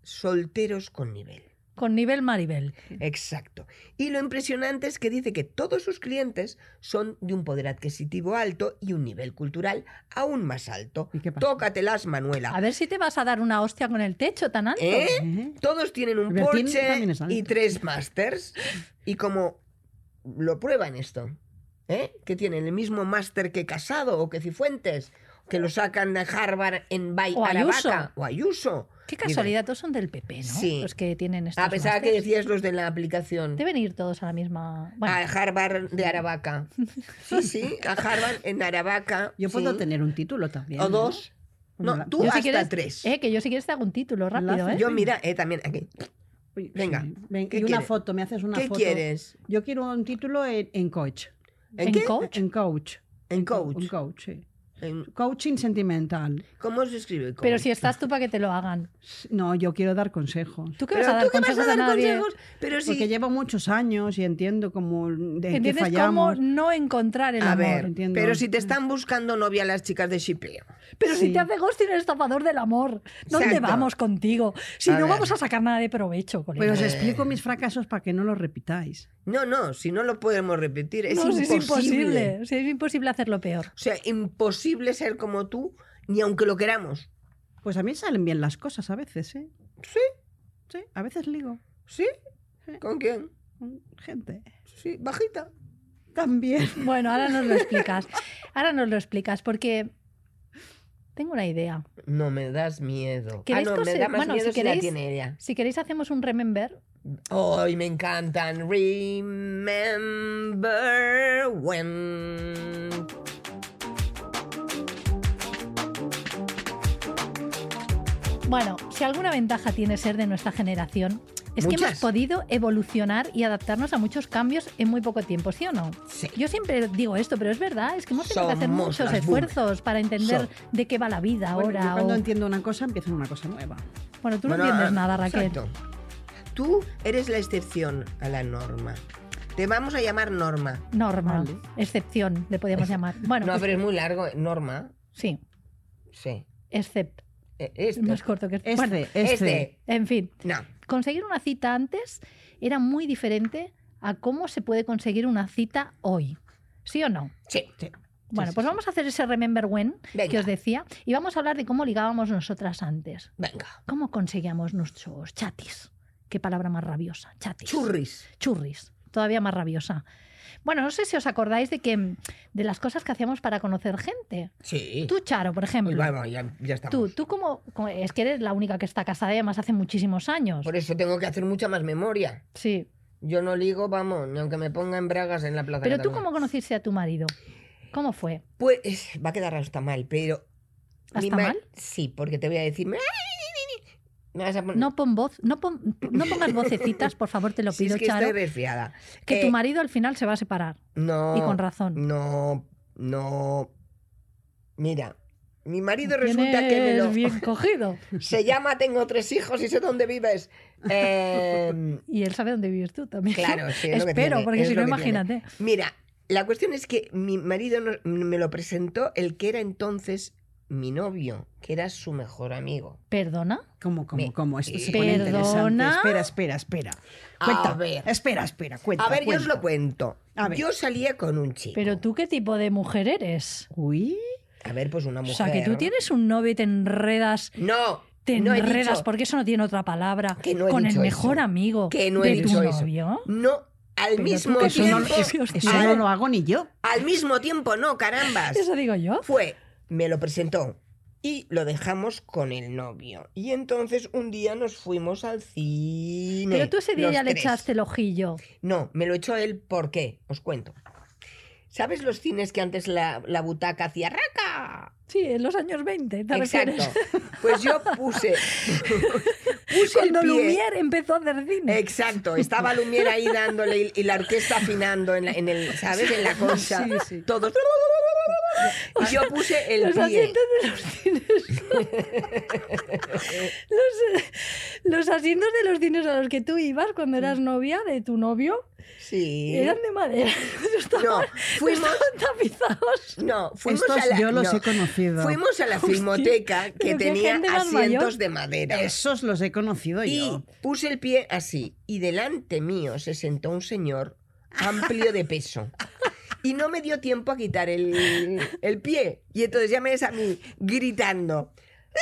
Speaker 1: Solteros con Nivel.
Speaker 2: Con nivel Maribel.
Speaker 1: Exacto. Y lo impresionante es que dice que todos sus clientes son de un poder adquisitivo alto y un nivel cultural aún más alto.
Speaker 3: ¿Y qué pasa?
Speaker 1: Tócatelas,
Speaker 2: A
Speaker 1: Manuela.
Speaker 2: ver si te vas a dar una hostia con el techo tan alto.
Speaker 1: ¿Eh?
Speaker 3: ¿Eh?
Speaker 1: Todos tienen un
Speaker 3: Bertín
Speaker 1: Porsche
Speaker 3: también es alto.
Speaker 1: y tres Masters. Y como lo prueban esto, ¿eh? que tienen el mismo Master que Casado o que Cifuentes, que lo sacan de Harvard en Bay
Speaker 2: O Ayuso.
Speaker 1: Aravaca o Ayuso.
Speaker 2: Qué
Speaker 1: Digo,
Speaker 2: casualidad, todos son del PP, ¿no?
Speaker 1: Sí.
Speaker 2: Los que tienen estos
Speaker 1: A pesar que
Speaker 2: másters.
Speaker 1: decías los de la aplicación.
Speaker 2: Deben ir todos a la misma... Bueno,
Speaker 1: A Harvard de Aravaca. (laughs) Sí, sí, a Harvard en Aravaca.
Speaker 3: Yo puedo
Speaker 1: sí.
Speaker 3: tener un título también.
Speaker 1: O
Speaker 3: ¿no?
Speaker 1: dos.
Speaker 3: Una-
Speaker 1: No, tú
Speaker 2: Yo si
Speaker 1: hasta
Speaker 2: quieres-
Speaker 1: tres.
Speaker 2: eh, que yo si quieres te hago un título rápido,
Speaker 3: Enlace.
Speaker 2: ¿eh?
Speaker 1: Yo, mira, eh, también aquí.
Speaker 3: Uy,
Speaker 1: venga,
Speaker 3: sí. Ven-
Speaker 1: ¿qué
Speaker 3: y una
Speaker 1: quieres?
Speaker 3: foto, me haces una
Speaker 1: ¿Qué
Speaker 3: foto.
Speaker 1: quieres?
Speaker 3: Yo quiero un título en, en coach.
Speaker 1: ¿En,
Speaker 2: ¿En
Speaker 1: qué?
Speaker 2: co- ¿Coach?
Speaker 3: En coach.
Speaker 1: En
Speaker 3: Un
Speaker 1: coach.
Speaker 3: coach, sí.
Speaker 1: En-
Speaker 3: Coaching sentimental.
Speaker 1: ¿Cómo se escribe?
Speaker 2: Pero
Speaker 1: coach?
Speaker 2: si estás tú para que te lo hagan.
Speaker 3: No, yo quiero dar consejos.
Speaker 2: ¿Tú qué
Speaker 1: Pero
Speaker 2: vas a dar
Speaker 1: tú qué
Speaker 2: consejos
Speaker 1: vas a dar
Speaker 2: nadie?
Speaker 1: consejos. Pero si.
Speaker 3: Porque llevo muchos años y entiendo cómo de qué
Speaker 2: ¿Entiendes cómo
Speaker 3: fallamos.
Speaker 2: no encontrar el
Speaker 1: eh, A
Speaker 2: amor?
Speaker 1: ver,
Speaker 3: entiendo.
Speaker 1: pero si te están buscando novia las chicas de Shipleo.
Speaker 2: Pero si
Speaker 3: Sí.
Speaker 2: te hace ghosting el estafador del amor, ¿dónde
Speaker 1: Exacto.
Speaker 2: vamos contigo? Si
Speaker 1: A
Speaker 2: no
Speaker 1: ver. Pues
Speaker 2: vamos a sacar nada de provecho, colega.
Speaker 1: Eh.
Speaker 3: Pero os explico mis fracasos para que no los repitáis.
Speaker 1: No, no, si no lo podemos repetir. Es,
Speaker 2: No, si
Speaker 1: imposible.
Speaker 2: es imposible. si es imposible hacerlo peor.
Speaker 1: O sea, imposible ser como tú, ni aunque lo queramos.
Speaker 3: Pues a mí salen bien las cosas a veces, ¿eh?
Speaker 1: ¿Sí?
Speaker 3: Sí, a veces ligo.
Speaker 1: ¿Sí? ¿Con quién?
Speaker 3: con Gente.
Speaker 1: Sí, bajita.
Speaker 3: También.
Speaker 2: Bueno, ahora nos lo explicas. Ahora nos lo explicas porque tengo una idea.
Speaker 1: No me das miedo. Ah,
Speaker 2: ¿Queréis
Speaker 1: no, me
Speaker 2: cose-
Speaker 1: da más
Speaker 2: bueno,
Speaker 1: miedo
Speaker 2: si
Speaker 1: si, la
Speaker 2: queréis-
Speaker 1: tiene ella.
Speaker 2: Si queréis hacemos un remember.
Speaker 1: Hoy me encantan. Remember when.
Speaker 2: Bueno, si alguna ventaja tiene ser de nuestra generación, es que
Speaker 1: Muchas.
Speaker 2: hemos podido evolucionar y adaptarnos a muchos cambios en muy poco tiempo, ¿sí o no?
Speaker 1: Sí.
Speaker 2: Yo siempre digo esto, pero es verdad, es que hemos tenido que hacer
Speaker 1: Somos
Speaker 2: muchos
Speaker 1: las
Speaker 2: esfuerzos para entender
Speaker 1: Som-
Speaker 2: de qué va la vida
Speaker 3: Bueno, yo
Speaker 2: ahora. oh. o-
Speaker 3: cuando
Speaker 2: Bueno,
Speaker 3: entiendo una cosa, empiezo en una cosa nueva.
Speaker 2: tú no
Speaker 1: Bueno,
Speaker 2: entiendes
Speaker 1: ah,
Speaker 2: nada, Raquel.
Speaker 1: exacto. Tú eres la excepción a la norma. Te vamos a llamar Norma.
Speaker 2: Norma,
Speaker 3: Vale.
Speaker 2: excepción, le podíamos llamar. Bueno,
Speaker 1: No,
Speaker 2: pues-
Speaker 1: pero es muy largo. eh, Norma.
Speaker 2: sí,
Speaker 1: Sí.
Speaker 2: except,
Speaker 1: Eh,
Speaker 2: es
Speaker 1: Este.
Speaker 2: más corto que
Speaker 3: Este,
Speaker 2: Bueno,
Speaker 3: este.
Speaker 1: Este.
Speaker 2: en fin,
Speaker 1: No.
Speaker 2: conseguir una cita antes era muy diferente a cómo se puede conseguir una cita hoy. ¿Sí o no?
Speaker 1: Sí.
Speaker 2: Bueno,
Speaker 3: sí,
Speaker 2: pues
Speaker 3: sí.
Speaker 2: vamos a hacer ese remember when que
Speaker 1: Venga.
Speaker 2: os decía y vamos a hablar de cómo ligábamos nosotras antes.
Speaker 1: Venga.
Speaker 2: ¿Cómo conseguíamos nuestros chatis? Qué palabra más rabiosa, chatis.
Speaker 1: Churris.
Speaker 2: Churris, todavía más rabiosa. Bueno, no sé si os acordáis de que mm, de las cosas que hacíamos para conocer gente.
Speaker 1: Sí.
Speaker 2: Tú, Charo, por
Speaker 1: Uy,
Speaker 2: ejemplo.
Speaker 1: vamos, ya, ya estamos.
Speaker 2: Tú, tú como co- es que eres la única que está casada y además hace muchísimos años.
Speaker 1: Por eso tengo que hacer mucha más memoria.
Speaker 2: Sí.
Speaker 1: Yo no ligo, vamos, ni aunque me ponga en bragas en la plaza.
Speaker 2: Pero tú
Speaker 1: Cataluña.
Speaker 2: cómo conociste a tu marido? ¿Cómo fue?
Speaker 1: Pues es- va a quedar hasta mal, pero. mi
Speaker 2: ¿Hasta
Speaker 1: ma-
Speaker 2: mal?
Speaker 1: Sí, porque te voy a decir. "Ay, ni, ni, ni". Me vas a poner.
Speaker 2: No pon voz, no, pon- no pongas vocecitas, por favor, te lo
Speaker 1: si
Speaker 2: pido,
Speaker 1: es que
Speaker 2: Charo,
Speaker 1: estoy resfriada.
Speaker 2: que tu
Speaker 1: Eh,
Speaker 2: marido al final se va a separar
Speaker 1: No.
Speaker 2: y con razón.
Speaker 1: No, no. Mira, mi marido
Speaker 2: Tienes
Speaker 1: resulta que me lo-
Speaker 2: bien cogido
Speaker 3: (laughs)
Speaker 1: se llama Tengo tres hijos y sé dónde
Speaker 2: (laughs)
Speaker 1: vives. Eh,
Speaker 2: y él sabe dónde vives tú también.
Speaker 1: claro, sí, es lo que
Speaker 2: Espero,
Speaker 1: tiene,
Speaker 2: porque
Speaker 1: es
Speaker 2: si
Speaker 1: lo
Speaker 2: no,
Speaker 1: que tiene.
Speaker 2: imagínate.
Speaker 1: Mira, la cuestión es que mi marido no- me lo presentó el que era entonces mi novio, que era su mejor amigo.
Speaker 2: ¿Perdona?
Speaker 3: ¿Cómo, cómo,
Speaker 1: Me-
Speaker 3: cómo? Esto se pone
Speaker 2: Perdona.
Speaker 3: interesante. Espera, espera, espera.
Speaker 1: A
Speaker 3: Cuenta.
Speaker 1: ver.
Speaker 3: Espera, espera, cuenta.
Speaker 1: A ver, yo os
Speaker 3: cuenta.
Speaker 1: lo cuento.
Speaker 3: A ver.
Speaker 1: Yo salía con un chico.
Speaker 2: Pero tú, ¿qué tipo de mujer eres?
Speaker 3: Uy,
Speaker 1: A ver, pues una
Speaker 2: O
Speaker 1: mujer.
Speaker 2: sea, que tú tienes un novio y te enredas.
Speaker 1: No,
Speaker 2: Te
Speaker 1: no he
Speaker 2: enredas,
Speaker 1: dicho-
Speaker 2: porque eso no tiene otra palabra.
Speaker 1: Que no he
Speaker 2: con el
Speaker 1: dicho
Speaker 2: mejor
Speaker 1: eso.
Speaker 2: amigo
Speaker 1: Que no he
Speaker 2: de tu
Speaker 1: dicho eso.
Speaker 2: novio.
Speaker 1: No, al
Speaker 2: tú
Speaker 1: mismo
Speaker 2: qué
Speaker 3: eso, no,
Speaker 1: tiempo.
Speaker 2: tienes-
Speaker 3: es-
Speaker 2: Dios,
Speaker 3: eso
Speaker 1: al-
Speaker 3: no lo hago ni yo.
Speaker 1: Al mismo tiempo, no, carambas.
Speaker 2: Eso digo yo.
Speaker 1: Fue, me lo presentó y lo dejamos con el novio. Y entonces un día nos fuimos al cine.
Speaker 2: Pero tú ese día
Speaker 1: los
Speaker 2: ya le
Speaker 1: tres.
Speaker 2: echaste el ojillo.
Speaker 1: No, me lo echó él porque, os cuento. ¿Sabes los cines que antes la, la butaca hacía raca,
Speaker 2: Sí, en los años 20. ¿te
Speaker 1: Exacto.
Speaker 2: refieres?
Speaker 1: Pues yo puse, puse el
Speaker 2: (laughs) Cuando
Speaker 1: pie.
Speaker 2: Lumière empezó a hacer cine.
Speaker 1: Exacto, estaba Lumière ahí dándole y, y la orquesta afinando en, la- en el, ¿sabes? En la concha.
Speaker 3: Sí, sí.
Speaker 1: Todos. Y yo puse el
Speaker 2: los
Speaker 1: pie.
Speaker 2: asientos de los cines. (laughs) los, eh, los asientos de los cines a los que tú ibas cuando eras novia de tu novio
Speaker 1: Sí.
Speaker 2: eran de madera. (laughs) Estaban,
Speaker 1: No, fuimos,
Speaker 2: estaban tapizados.
Speaker 1: no, fuimos
Speaker 3: Estos
Speaker 1: a la,
Speaker 3: yo los
Speaker 1: no,
Speaker 3: he conocido.
Speaker 1: fuimos a la filmoteca que
Speaker 2: pero qué
Speaker 1: tenía
Speaker 2: gente más mayor.
Speaker 1: asientos de madera.
Speaker 3: Esos los he conocido
Speaker 1: Y
Speaker 3: yo.
Speaker 1: puse el pie así, y delante mío se sentó un señor amplio de peso. Y no me dio tiempo a quitar el, el pie. Y entonces ya me ves a mí gritando: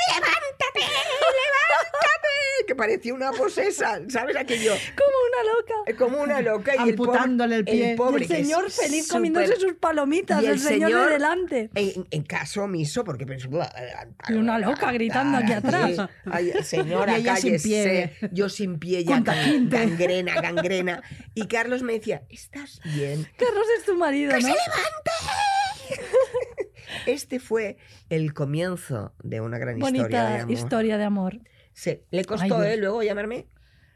Speaker 1: ¡Levántate! ¡Levántate! Que parecía una posesa, ¿sabes aquello?
Speaker 2: Como una loca.
Speaker 1: Eh, Como una loca. Y el pobre-
Speaker 3: Amputándole el pie.
Speaker 1: pobre
Speaker 2: el
Speaker 1: que es
Speaker 2: señor feliz
Speaker 1: súper-
Speaker 2: comiéndose sus palomitas,
Speaker 1: Y
Speaker 2: el,
Speaker 1: el
Speaker 2: señor,
Speaker 1: señor-
Speaker 2: de delante.
Speaker 1: En, en caso omiso, porque pensó.
Speaker 2: Y una loca gritando aquí atrás.
Speaker 1: Ay,
Speaker 2: (laughs)
Speaker 1: señora,
Speaker 3: Y ella sin
Speaker 1: cállese.
Speaker 3: pie.
Speaker 1: Yo sin pie ya.
Speaker 3: Con
Speaker 1: gan-
Speaker 3: tacante.
Speaker 1: gangrena, gangrena. Y Carlos me decía, ¿estás bien?
Speaker 2: Carlos es tu marido, ¿no?
Speaker 1: Este fue el comienzo de una gran historia de
Speaker 2: Bonita
Speaker 1: amor.
Speaker 2: historia de amor.
Speaker 1: Sí, le
Speaker 2: Ay,
Speaker 1: costó,
Speaker 2: Dios.
Speaker 1: ¿eh? Luego llamarme.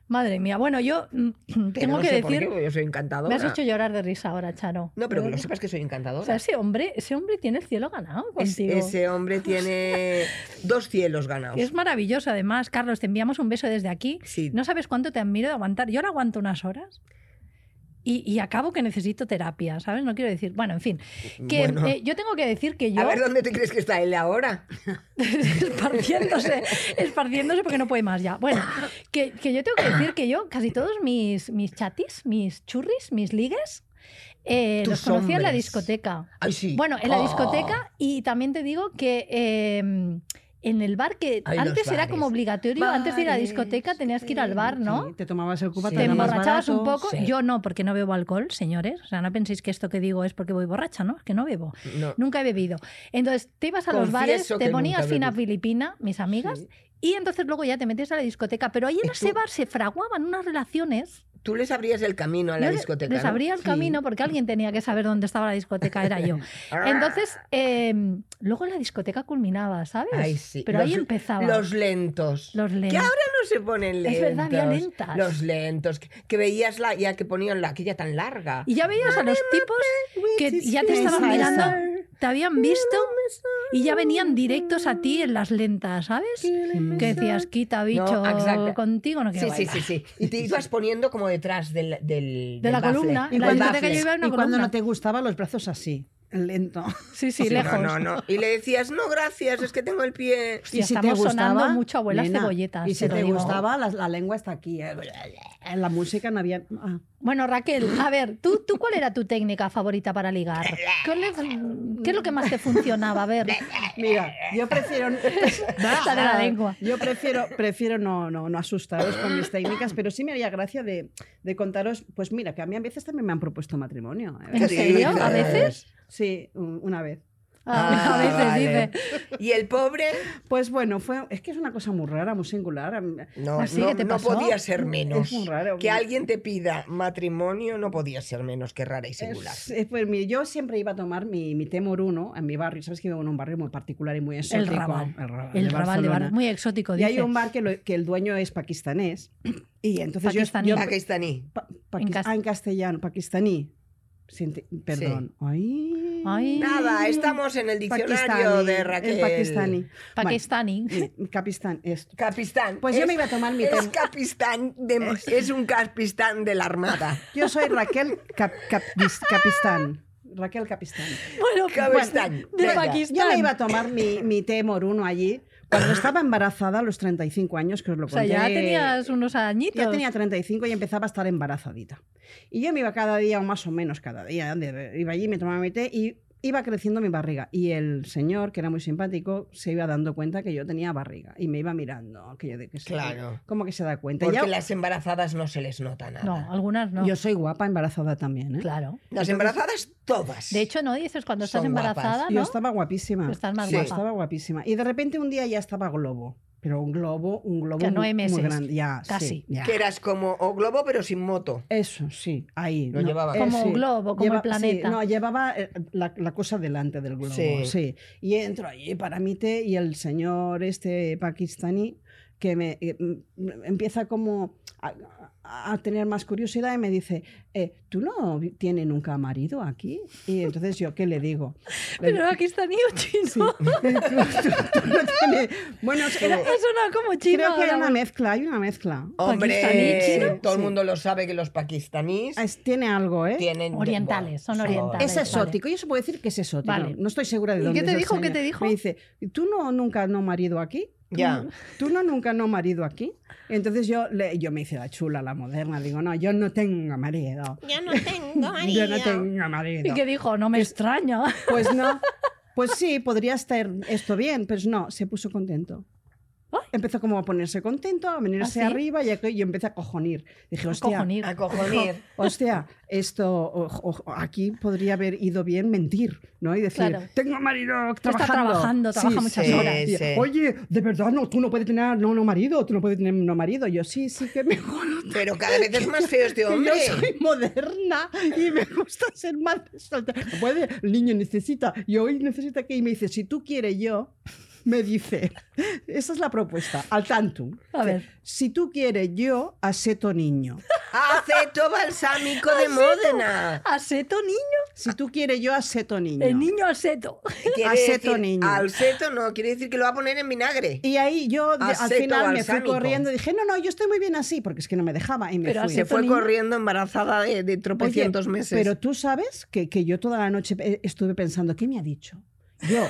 Speaker 2: Madre mía. Bueno, yo mm,
Speaker 1: Pero
Speaker 2: (clears throat) tengo
Speaker 1: no
Speaker 2: que
Speaker 1: sé por qué,
Speaker 2: decir.
Speaker 1: porque yo soy encantadora.
Speaker 2: Me has hecho llorar de risa ahora, Charo.
Speaker 1: No, pero que lo
Speaker 2: ¿Verdad?
Speaker 1: sepas que soy encantadora.
Speaker 2: O sea, ese hombre, ese hombre tiene el cielo ganado
Speaker 1: Es-
Speaker 2: contigo. Es,
Speaker 1: ese hombre tiene dos cielos ganados.
Speaker 2: maravilloso, además. Carlos, te enviamos un beso desde aquí.
Speaker 1: Sí.
Speaker 2: No sabes cuánto te admiro de aguantar. Yo lo aguanto unas horas y, y acabo que necesito terapia, ¿sabes? No quiero decir... Bueno, en fin. Que,
Speaker 1: Bueno.
Speaker 2: eh, yo tengo que decir que yo...
Speaker 1: A ver, ¿dónde te crees que está él ahora?
Speaker 2: (laughs) esparciéndose, esparciéndose porque no puede más ya. Bueno, que, que yo tengo que decir que yo casi todos mis, mis chatis, mis churris, mis ligues, eh,
Speaker 1: Tus
Speaker 2: los conocí en la
Speaker 1: hombres.
Speaker 2: discoteca.
Speaker 1: Ay, sí.
Speaker 2: Bueno, en la
Speaker 1: Oh.
Speaker 2: discoteca y también te digo que eh, en el bar, que
Speaker 1: Ay, los
Speaker 2: antes era como
Speaker 1: bares.
Speaker 2: obligatorio, antes de ir a la discoteca
Speaker 3: Bares,
Speaker 2: tenías que ir al bar, ¿no?
Speaker 3: Sí, te tomabas el cubata
Speaker 1: Sí.
Speaker 2: Te
Speaker 1: era más
Speaker 2: emborrachabas un poco.
Speaker 1: Sí.
Speaker 2: Yo no, porque no bebo alcohol, señores. O sea, no penséis que esto que digo es porque voy borracha, ¿no? Es que no bebo.
Speaker 1: No.
Speaker 2: Nunca he bebido. Entonces, te ibas a los
Speaker 1: Confieso
Speaker 2: bares,
Speaker 1: que
Speaker 2: te
Speaker 1: nunca
Speaker 2: ponías
Speaker 1: bebí.
Speaker 2: fina filipina, mis amigas,
Speaker 1: Sí.
Speaker 2: y entonces luego ya te metías a la discoteca. Pero ahí en
Speaker 1: ¿Y
Speaker 2: ese
Speaker 1: tú?
Speaker 2: bar se fraguaban unas relaciones
Speaker 1: Tú les abrías el camino a la
Speaker 2: yo le-
Speaker 1: discoteca.
Speaker 2: Les
Speaker 1: ¿no?
Speaker 2: abría el
Speaker 1: Sí.
Speaker 2: camino porque alguien tenía que saber dónde estaba la discoteca,
Speaker 1: (laughs)
Speaker 2: era yo.
Speaker 1: Ah,
Speaker 2: Entonces, eh, luego la discoteca culminaba, ¿sabes?
Speaker 1: Ay, sí.
Speaker 2: Pero ahí
Speaker 1: Los-
Speaker 2: empezaba.
Speaker 1: Los lentos.
Speaker 2: Los
Speaker 1: Que
Speaker 2: lentos.
Speaker 1: ahora no se ponen lentos.
Speaker 2: Es verdad, había lentas.
Speaker 1: Los lentos. Que, que veías la, ya que ponían la aquella tan larga.
Speaker 2: Y ya veías a los tipos que ya te estaban
Speaker 3: Esa,
Speaker 2: mirando,
Speaker 3: esa.
Speaker 2: te habían visto y ya venían directos a ti en las lentas, ¿sabes? Que decías, quita bicho,
Speaker 1: exacto.
Speaker 2: contigo no quiero
Speaker 1: Sí, sí,
Speaker 2: bailar".
Speaker 1: sí, sí. Y te ibas poniendo como detrás del. del
Speaker 2: De la
Speaker 1: del
Speaker 2: columna,
Speaker 1: bafle,
Speaker 2: en la
Speaker 1: del
Speaker 2: discoteca
Speaker 1: bafle.
Speaker 2: yo iba en una
Speaker 3: Y cuando
Speaker 2: columna.
Speaker 3: no te gustaba, los brazos así, lento. (laughs)
Speaker 2: Sí, sí,
Speaker 1: Sí,
Speaker 2: lejos.
Speaker 1: No, no, no. Y le decías, no, gracias, es que tengo el pie.
Speaker 2: Hostia, estamos sonando mucho abuelas cebolletas,
Speaker 3: Y
Speaker 2: te
Speaker 3: si
Speaker 2: lo
Speaker 3: te
Speaker 2: digo.
Speaker 3: gustaba, la, la lengua está aquí. eh. En la música no había. ah.
Speaker 2: Bueno, Raquel, a ver, ¿tú, ¿tú cuál era tu técnica favorita para ligar? ¿Cuál es- ¿Qué es lo que más te funcionaba? A ver,
Speaker 3: Mira, yo prefiero.
Speaker 2: (laughs) Sale la lengua.
Speaker 3: Yo prefiero, prefiero no, no, no asustaros con mis técnicas, pero sí me haría gracia de, de contaros. Pues mira, que a mí a veces también me han propuesto matrimonio. ¿eh?
Speaker 2: ¿en
Speaker 1: Sí,
Speaker 2: serio? ¿A
Speaker 1: claro.
Speaker 2: veces?
Speaker 3: Sí, un- una vez.
Speaker 2: (laughs) A, a
Speaker 1: Ah,
Speaker 2: veces
Speaker 1: vale.
Speaker 2: dice.
Speaker 1: Y el pobre.
Speaker 3: Pues bueno, fue, es que es una cosa muy rara, muy singular.
Speaker 1: No,
Speaker 3: ¿Ah,
Speaker 2: ¿Así
Speaker 1: no,
Speaker 2: que te
Speaker 1: no
Speaker 2: pasó?
Speaker 1: podía ser menos.
Speaker 3: Es muy raro.
Speaker 1: Que alguien te pida matrimonio no podía ser menos que rara y singular.
Speaker 3: Es- eh, pues mire, yo siempre iba a tomar mi, mi té moruno en mi barrio. Sabes que vivo en un barrio muy particular y muy exótico.
Speaker 2: El Raval.
Speaker 3: El Raval,
Speaker 2: El rabal de
Speaker 3: Barcelona.
Speaker 2: bar, muy exótico,
Speaker 3: Y
Speaker 2: dice.
Speaker 3: hay un bar que, lo- que el dueño es pakistanés. Y entonces yo-
Speaker 2: Pakistaní.
Speaker 3: yo...
Speaker 1: Pakistaní.
Speaker 3: pa- paquis-
Speaker 2: cas-
Speaker 3: ah, en castellano, pakistaní. Sin te- Perdón. Ay.
Speaker 2: Ay.
Speaker 1: Nada, estamos en el diccionario
Speaker 3: Pakistaní,
Speaker 1: de
Speaker 3: El
Speaker 1: Raquel.
Speaker 3: pakistaní.
Speaker 2: Pakistaní.
Speaker 3: (laughs) Bueno, Capistán, esto.
Speaker 1: Capistán.
Speaker 3: Pues yo
Speaker 1: Es-
Speaker 3: me iba a tomar mi té.
Speaker 1: Es capistán de- es un capistán de la
Speaker 3: (laughs)
Speaker 1: armada.
Speaker 3: Yo soy Raquel Cap- Capis- Capistán. Raquel Capistán.
Speaker 2: Bueno,
Speaker 1: Capistán.
Speaker 2: de
Speaker 1: Venga.
Speaker 2: Pakistán.
Speaker 3: Yo me iba a tomar mi, mi té moruno allí. Cuando estaba embarazada a los 35 años, que os lo
Speaker 2: o sea,
Speaker 3: conté.
Speaker 2: ya tenías unos añitos.
Speaker 3: Yo tenía 35 y empezaba a estar embarazadita. Y yo me iba cada día, o más o menos cada día, donde iba allí, me tomaba mi té y iba creciendo mi barriga. Y el señor, que era muy simpático, se iba dando cuenta que yo tenía barriga y me iba mirando. Que yo de que se-
Speaker 1: Claro.
Speaker 3: Como que se da cuenta.
Speaker 1: Porque
Speaker 3: Ya-
Speaker 1: las embarazadas no se les nota nada.
Speaker 2: No, algunas no.
Speaker 3: Yo soy guapa embarazada también, ¿eh?
Speaker 2: Claro.
Speaker 1: Las embarazadas todas.
Speaker 2: De hecho, no dices cuando estás
Speaker 1: Son guapas.
Speaker 2: embarazada,
Speaker 3: Yo
Speaker 2: ¿no?
Speaker 3: estaba guapísima.
Speaker 2: Estás más
Speaker 1: Sí.
Speaker 2: guapa.
Speaker 3: Estaba guapísima. Y de repente un día ya estaba globo. Pero un globo, un globo
Speaker 2: Ya no
Speaker 3: muy, muy
Speaker 2: meses,
Speaker 3: grande. Ya,
Speaker 2: casi.
Speaker 3: sí, ya.
Speaker 1: Que eras como o globo, pero sin moto.
Speaker 3: Eso, sí, ahí.
Speaker 1: Lo llevaba.
Speaker 2: Como un globo, como el
Speaker 3: eh, sí,
Speaker 2: planeta.
Speaker 3: no, llevaba eh, la, la cosa delante del globo,
Speaker 1: Sí.
Speaker 3: sí. Y entro allí para mite y el señor este pakistaní que me eh, mm, empieza como a, a- a tener más curiosidad y me dice, eh, ¿tú no tienes nunca marido aquí? Y entonces yo, ¿qué le digo?
Speaker 2: (laughs)
Speaker 3: Le-
Speaker 2: Pero aquí está niño chino. (laughs)
Speaker 3: Sí. (laughs) Tú- tú- tú no tienes- Bueno, era-
Speaker 2: Eso no como chino.
Speaker 3: creo que era
Speaker 2: la-
Speaker 3: una mezcla, hay una mezcla.
Speaker 1: Hombre,
Speaker 2: ¿Pakistaní,
Speaker 3: chino?
Speaker 1: todo el
Speaker 3: Sí. Ah,
Speaker 1: mundo lo sabe que los pakistaníes
Speaker 3: Es- tiene algo, ¿eh?
Speaker 1: tienen...
Speaker 2: Orientales, son orientales.
Speaker 3: Es
Speaker 2: Vale, vale.
Speaker 3: exótico, yo se puede decir que es exótico.
Speaker 2: Vale.
Speaker 3: No estoy segura de
Speaker 2: ¿Y
Speaker 3: dónde
Speaker 2: qué te
Speaker 3: es el
Speaker 2: dijo? ¿Qué
Speaker 3: señor.
Speaker 2: te dijo?
Speaker 3: Me dice, ¿tú no nunca no marido aquí? ¿Tú
Speaker 1: Ya.
Speaker 3: no- ¿Tú no nunca no marido aquí? Entonces yo, le, yo me hice la chula, la moderna, digo, no, yo no tengo marido.
Speaker 4: Yo
Speaker 3: (laughs)
Speaker 4: no tengo marido.
Speaker 3: Yo no tengo marido.
Speaker 2: Y que dijo, no me extraña.
Speaker 3: Pues
Speaker 2: (laughs)
Speaker 3: no, pues sí, podría estar esto bien, pero no, se puso contento.
Speaker 2: Ay.
Speaker 3: Empezó como a ponerse contento, a venirse
Speaker 2: ¿Ah, sí?
Speaker 3: arriba y aquello- yo empecé a cojonir. Dije, hostia,
Speaker 2: Cojonir.
Speaker 1: A cojonir.
Speaker 3: Hostia, esto o- o- aquí podría haber ido bien mentir, ¿no? Y decir,
Speaker 2: Claro.
Speaker 3: tengo marido trabajando.
Speaker 2: trabajando, trabaja muchas
Speaker 1: horas.
Speaker 3: Y,
Speaker 1: Sí.
Speaker 3: Oye, de verdad, no, tú no puedes tener no, no marido, tú no puedes tener no marido. Yo sí, sí que mejor.
Speaker 1: (laughs) (laughs) Pero cada vez es más feo
Speaker 3: (laughs)
Speaker 1: este
Speaker 3: que
Speaker 1: hombre.
Speaker 3: Yo soy moderna y me gusta ser más soltera. Puede, el niño necesita, y hoy necesita que, y me dice, si tú quieres yo, me dice, esa es la propuesta, al tanto.
Speaker 2: A ver.
Speaker 3: Si tú quieres yo, aseto niño.
Speaker 1: Aceto balsámico de Módena.
Speaker 2: Aseto niño.
Speaker 3: Si tú quieres yo, aseto niño.
Speaker 2: El niño aseto.
Speaker 1: Quiere
Speaker 3: Aceto,
Speaker 1: decir-
Speaker 3: niño.
Speaker 1: Al seto no, quiere decir que lo va a poner en vinagre.
Speaker 3: Y ahí yo de- al
Speaker 1: Aceto
Speaker 3: final me
Speaker 1: balsámico.
Speaker 3: fui corriendo y dije, no, no, yo estoy muy bien así, porque es que no me dejaba y me
Speaker 2: Pero
Speaker 3: fui.
Speaker 1: Se
Speaker 2: aceto
Speaker 1: fue
Speaker 2: niño.
Speaker 1: corriendo embarazada de, de
Speaker 3: Oye,
Speaker 1: tropecientos meses.
Speaker 3: Pero tú sabes que, que yo toda la noche eh, estuve pensando, ¿qué me ha dicho? Yo,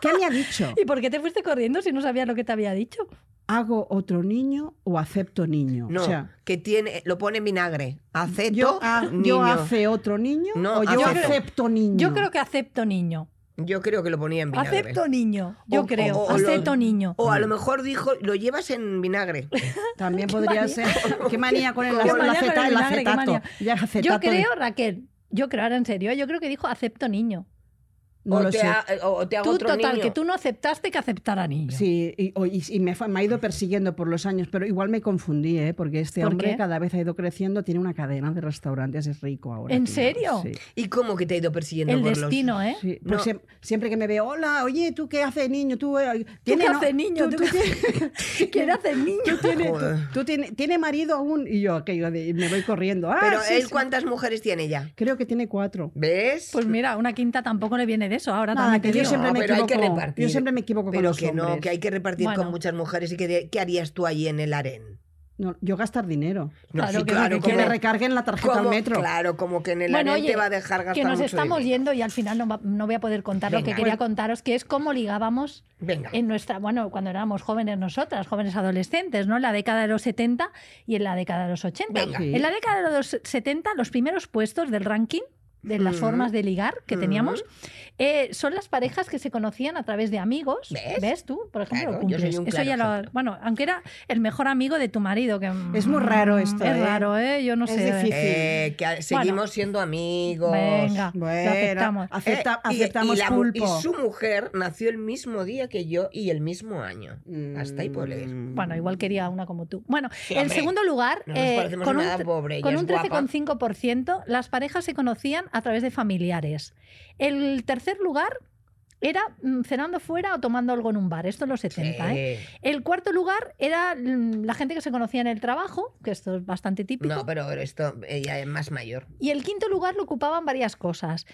Speaker 3: ¿qué me
Speaker 2: (laughs)
Speaker 3: ha dicho?
Speaker 2: ¿Y por qué te fuiste corriendo si no sabías lo que te había dicho?
Speaker 3: ¿Hago otro niño o acepto niño?
Speaker 1: no,
Speaker 3: o sea,
Speaker 1: que tiene, lo pone en vinagre. Aceto,
Speaker 3: yo, ha- yo
Speaker 1: niño.
Speaker 3: hace otro niño
Speaker 1: No,
Speaker 3: o yo
Speaker 1: aceto.
Speaker 3: acepto niño.
Speaker 2: Yo creo que acepto niño.
Speaker 1: Yo creo que lo ponía en vinagre.
Speaker 2: Acepto niño. Yo
Speaker 1: O-
Speaker 2: creo.
Speaker 1: o- o lo-
Speaker 2: acepto niño.
Speaker 1: O a lo mejor dijo, lo llevas en vinagre.
Speaker 3: También podría
Speaker 2: manía. (laughs)
Speaker 3: ser. Qué manía con
Speaker 1: Qué
Speaker 3: el, la- la
Speaker 2: manía con
Speaker 3: aceta-
Speaker 2: el
Speaker 3: el
Speaker 2: vinagre, qué
Speaker 3: acetato.
Speaker 2: manía.
Speaker 3: Ya el acetato
Speaker 2: Yo
Speaker 3: de-
Speaker 2: creo, Raquel. Yo creo, ahora en serio, ¿eh? yo creo que dijo acepto niño.
Speaker 3: no
Speaker 1: o,
Speaker 3: lo
Speaker 1: te
Speaker 3: sé.
Speaker 1: ha- o te hago
Speaker 2: Tú,
Speaker 1: otro
Speaker 2: total,
Speaker 1: niño.
Speaker 2: que tú no aceptaste que aceptara niño.
Speaker 3: Sí, y, o- y- y me, fue- me ha ido persiguiendo por los años, pero igual me confundí, ¿eh? porque este
Speaker 2: ¿Por
Speaker 3: hombre
Speaker 2: qué?
Speaker 3: cada vez ha ido creciendo, tiene una cadena de restaurantes, es rico ahora.
Speaker 2: ¿En
Speaker 3: tío.
Speaker 2: serio?
Speaker 3: Sí.
Speaker 1: ¿Y cómo que te ha ido persiguiendo
Speaker 2: El
Speaker 1: por los-
Speaker 2: destino, ¿eh?
Speaker 3: Sí,
Speaker 1: No.
Speaker 3: pues siem- siempre que me ve, hola, oye, ¿tú qué haces, niño? ¿Tú, eh,
Speaker 2: qué
Speaker 3: no-
Speaker 2: haces, niño? ¿Tú qué (laughs)
Speaker 3: tienes-
Speaker 2: ¿Quién hace niño?
Speaker 3: tú tienes- tú-
Speaker 1: Joder.
Speaker 3: tú tienes- ¿tiene marido aún? Y yo, que yo de- me voy corriendo. Ah,
Speaker 1: Pero
Speaker 3: sí,
Speaker 1: él,
Speaker 3: sí.
Speaker 1: ¿cuántas mujeres tiene ya?
Speaker 3: Creo que tiene cuatro.
Speaker 1: ¿Ves?
Speaker 2: Pues mira, una quinta tampoco le viene de eso ahora
Speaker 3: Nada,
Speaker 2: también.
Speaker 3: que
Speaker 2: te
Speaker 3: yo
Speaker 2: digo.
Speaker 3: siempre me
Speaker 1: pero hay que
Speaker 3: equivoco.
Speaker 1: repartir.
Speaker 3: Yo siempre me equivoco con
Speaker 1: Pero
Speaker 3: los
Speaker 1: que no,
Speaker 3: hombres.
Speaker 1: que hay que repartir con
Speaker 2: Bueno.
Speaker 1: muchas mujeres. ¿Y que qué harías tú ahí en el harén?
Speaker 3: No, yo gastar dinero.
Speaker 1: No,
Speaker 2: Claro,
Speaker 1: sí,
Speaker 2: que es lo que
Speaker 1: como-
Speaker 3: Que me recarguen la tarjeta
Speaker 1: como-
Speaker 3: al metro.
Speaker 1: Claro, como que en el
Speaker 2: Bueno,
Speaker 1: harén
Speaker 2: oye,
Speaker 1: te va a dejar gastar
Speaker 2: que nos
Speaker 1: mucho
Speaker 2: estamos
Speaker 1: dinero.
Speaker 2: yendo y al final no, va- no voy a poder contar lo
Speaker 1: Venga.
Speaker 2: que quería
Speaker 1: Bueno.
Speaker 2: contaros, que es cómo ligábamos
Speaker 1: Venga.
Speaker 2: en nuestra, bueno, cuando éramos jóvenes nosotras, jóvenes adolescentes, ¿no? En la década de los 70 y en la década de los 80.
Speaker 1: Venga. Eh,
Speaker 3: Sí.
Speaker 2: En la década de los 70, los primeros puestos del ranking de las
Speaker 1: Ujú.
Speaker 2: formas de ligar que teníamos eh, son las parejas que se conocían a través de amigos.
Speaker 1: ¿Ves?
Speaker 2: tú? Por ejemplo,
Speaker 1: Claro,
Speaker 2: lo
Speaker 1: yo soy
Speaker 2: cumples.
Speaker 1: un
Speaker 2: Eso
Speaker 1: claro
Speaker 2: ya lo-
Speaker 1: ejemplo.
Speaker 2: Bueno, aunque era el mejor amigo de tu marido. que mm,
Speaker 3: Es muy raro esto,
Speaker 2: Es
Speaker 3: ¿eh?
Speaker 2: raro, ¿eh? Yo no
Speaker 3: Es
Speaker 2: sé.
Speaker 3: difícil.
Speaker 1: Eh, que seguimos siendo amigos.
Speaker 2: Venga, lo
Speaker 3: Bueno,
Speaker 2: aceptamos.
Speaker 3: acepta-
Speaker 1: Eh, y-
Speaker 3: aceptamos
Speaker 1: y la mu-
Speaker 3: pulpo.
Speaker 1: Y su mujer nació el mismo día que yo y el mismo año. Hasta ahí puedo leer.
Speaker 3: Mm.
Speaker 2: Bueno, igual quería una como tú. Bueno,
Speaker 1: Sí,
Speaker 2: en
Speaker 1: hombre,
Speaker 2: segundo lugar,
Speaker 1: No nos
Speaker 2: eh,
Speaker 1: parecemos
Speaker 2: con un
Speaker 1: nada
Speaker 2: tre-
Speaker 1: pobre.
Speaker 2: Con
Speaker 1: ella
Speaker 2: un
Speaker 1: es guapa.
Speaker 2: 13,5%, las parejas se conocían a través de familiares. El tercer lugar era mm, cenando fuera o tomando algo en un bar. Esto en los 70. ¿eh?
Speaker 1: Sí.
Speaker 2: El cuarto lugar era mm, la gente que se conocía en el trabajo, que esto es bastante típico.
Speaker 1: No, pero esto, ella es más mayor.
Speaker 2: Y el quinto lugar lo ocupaban varias cosas.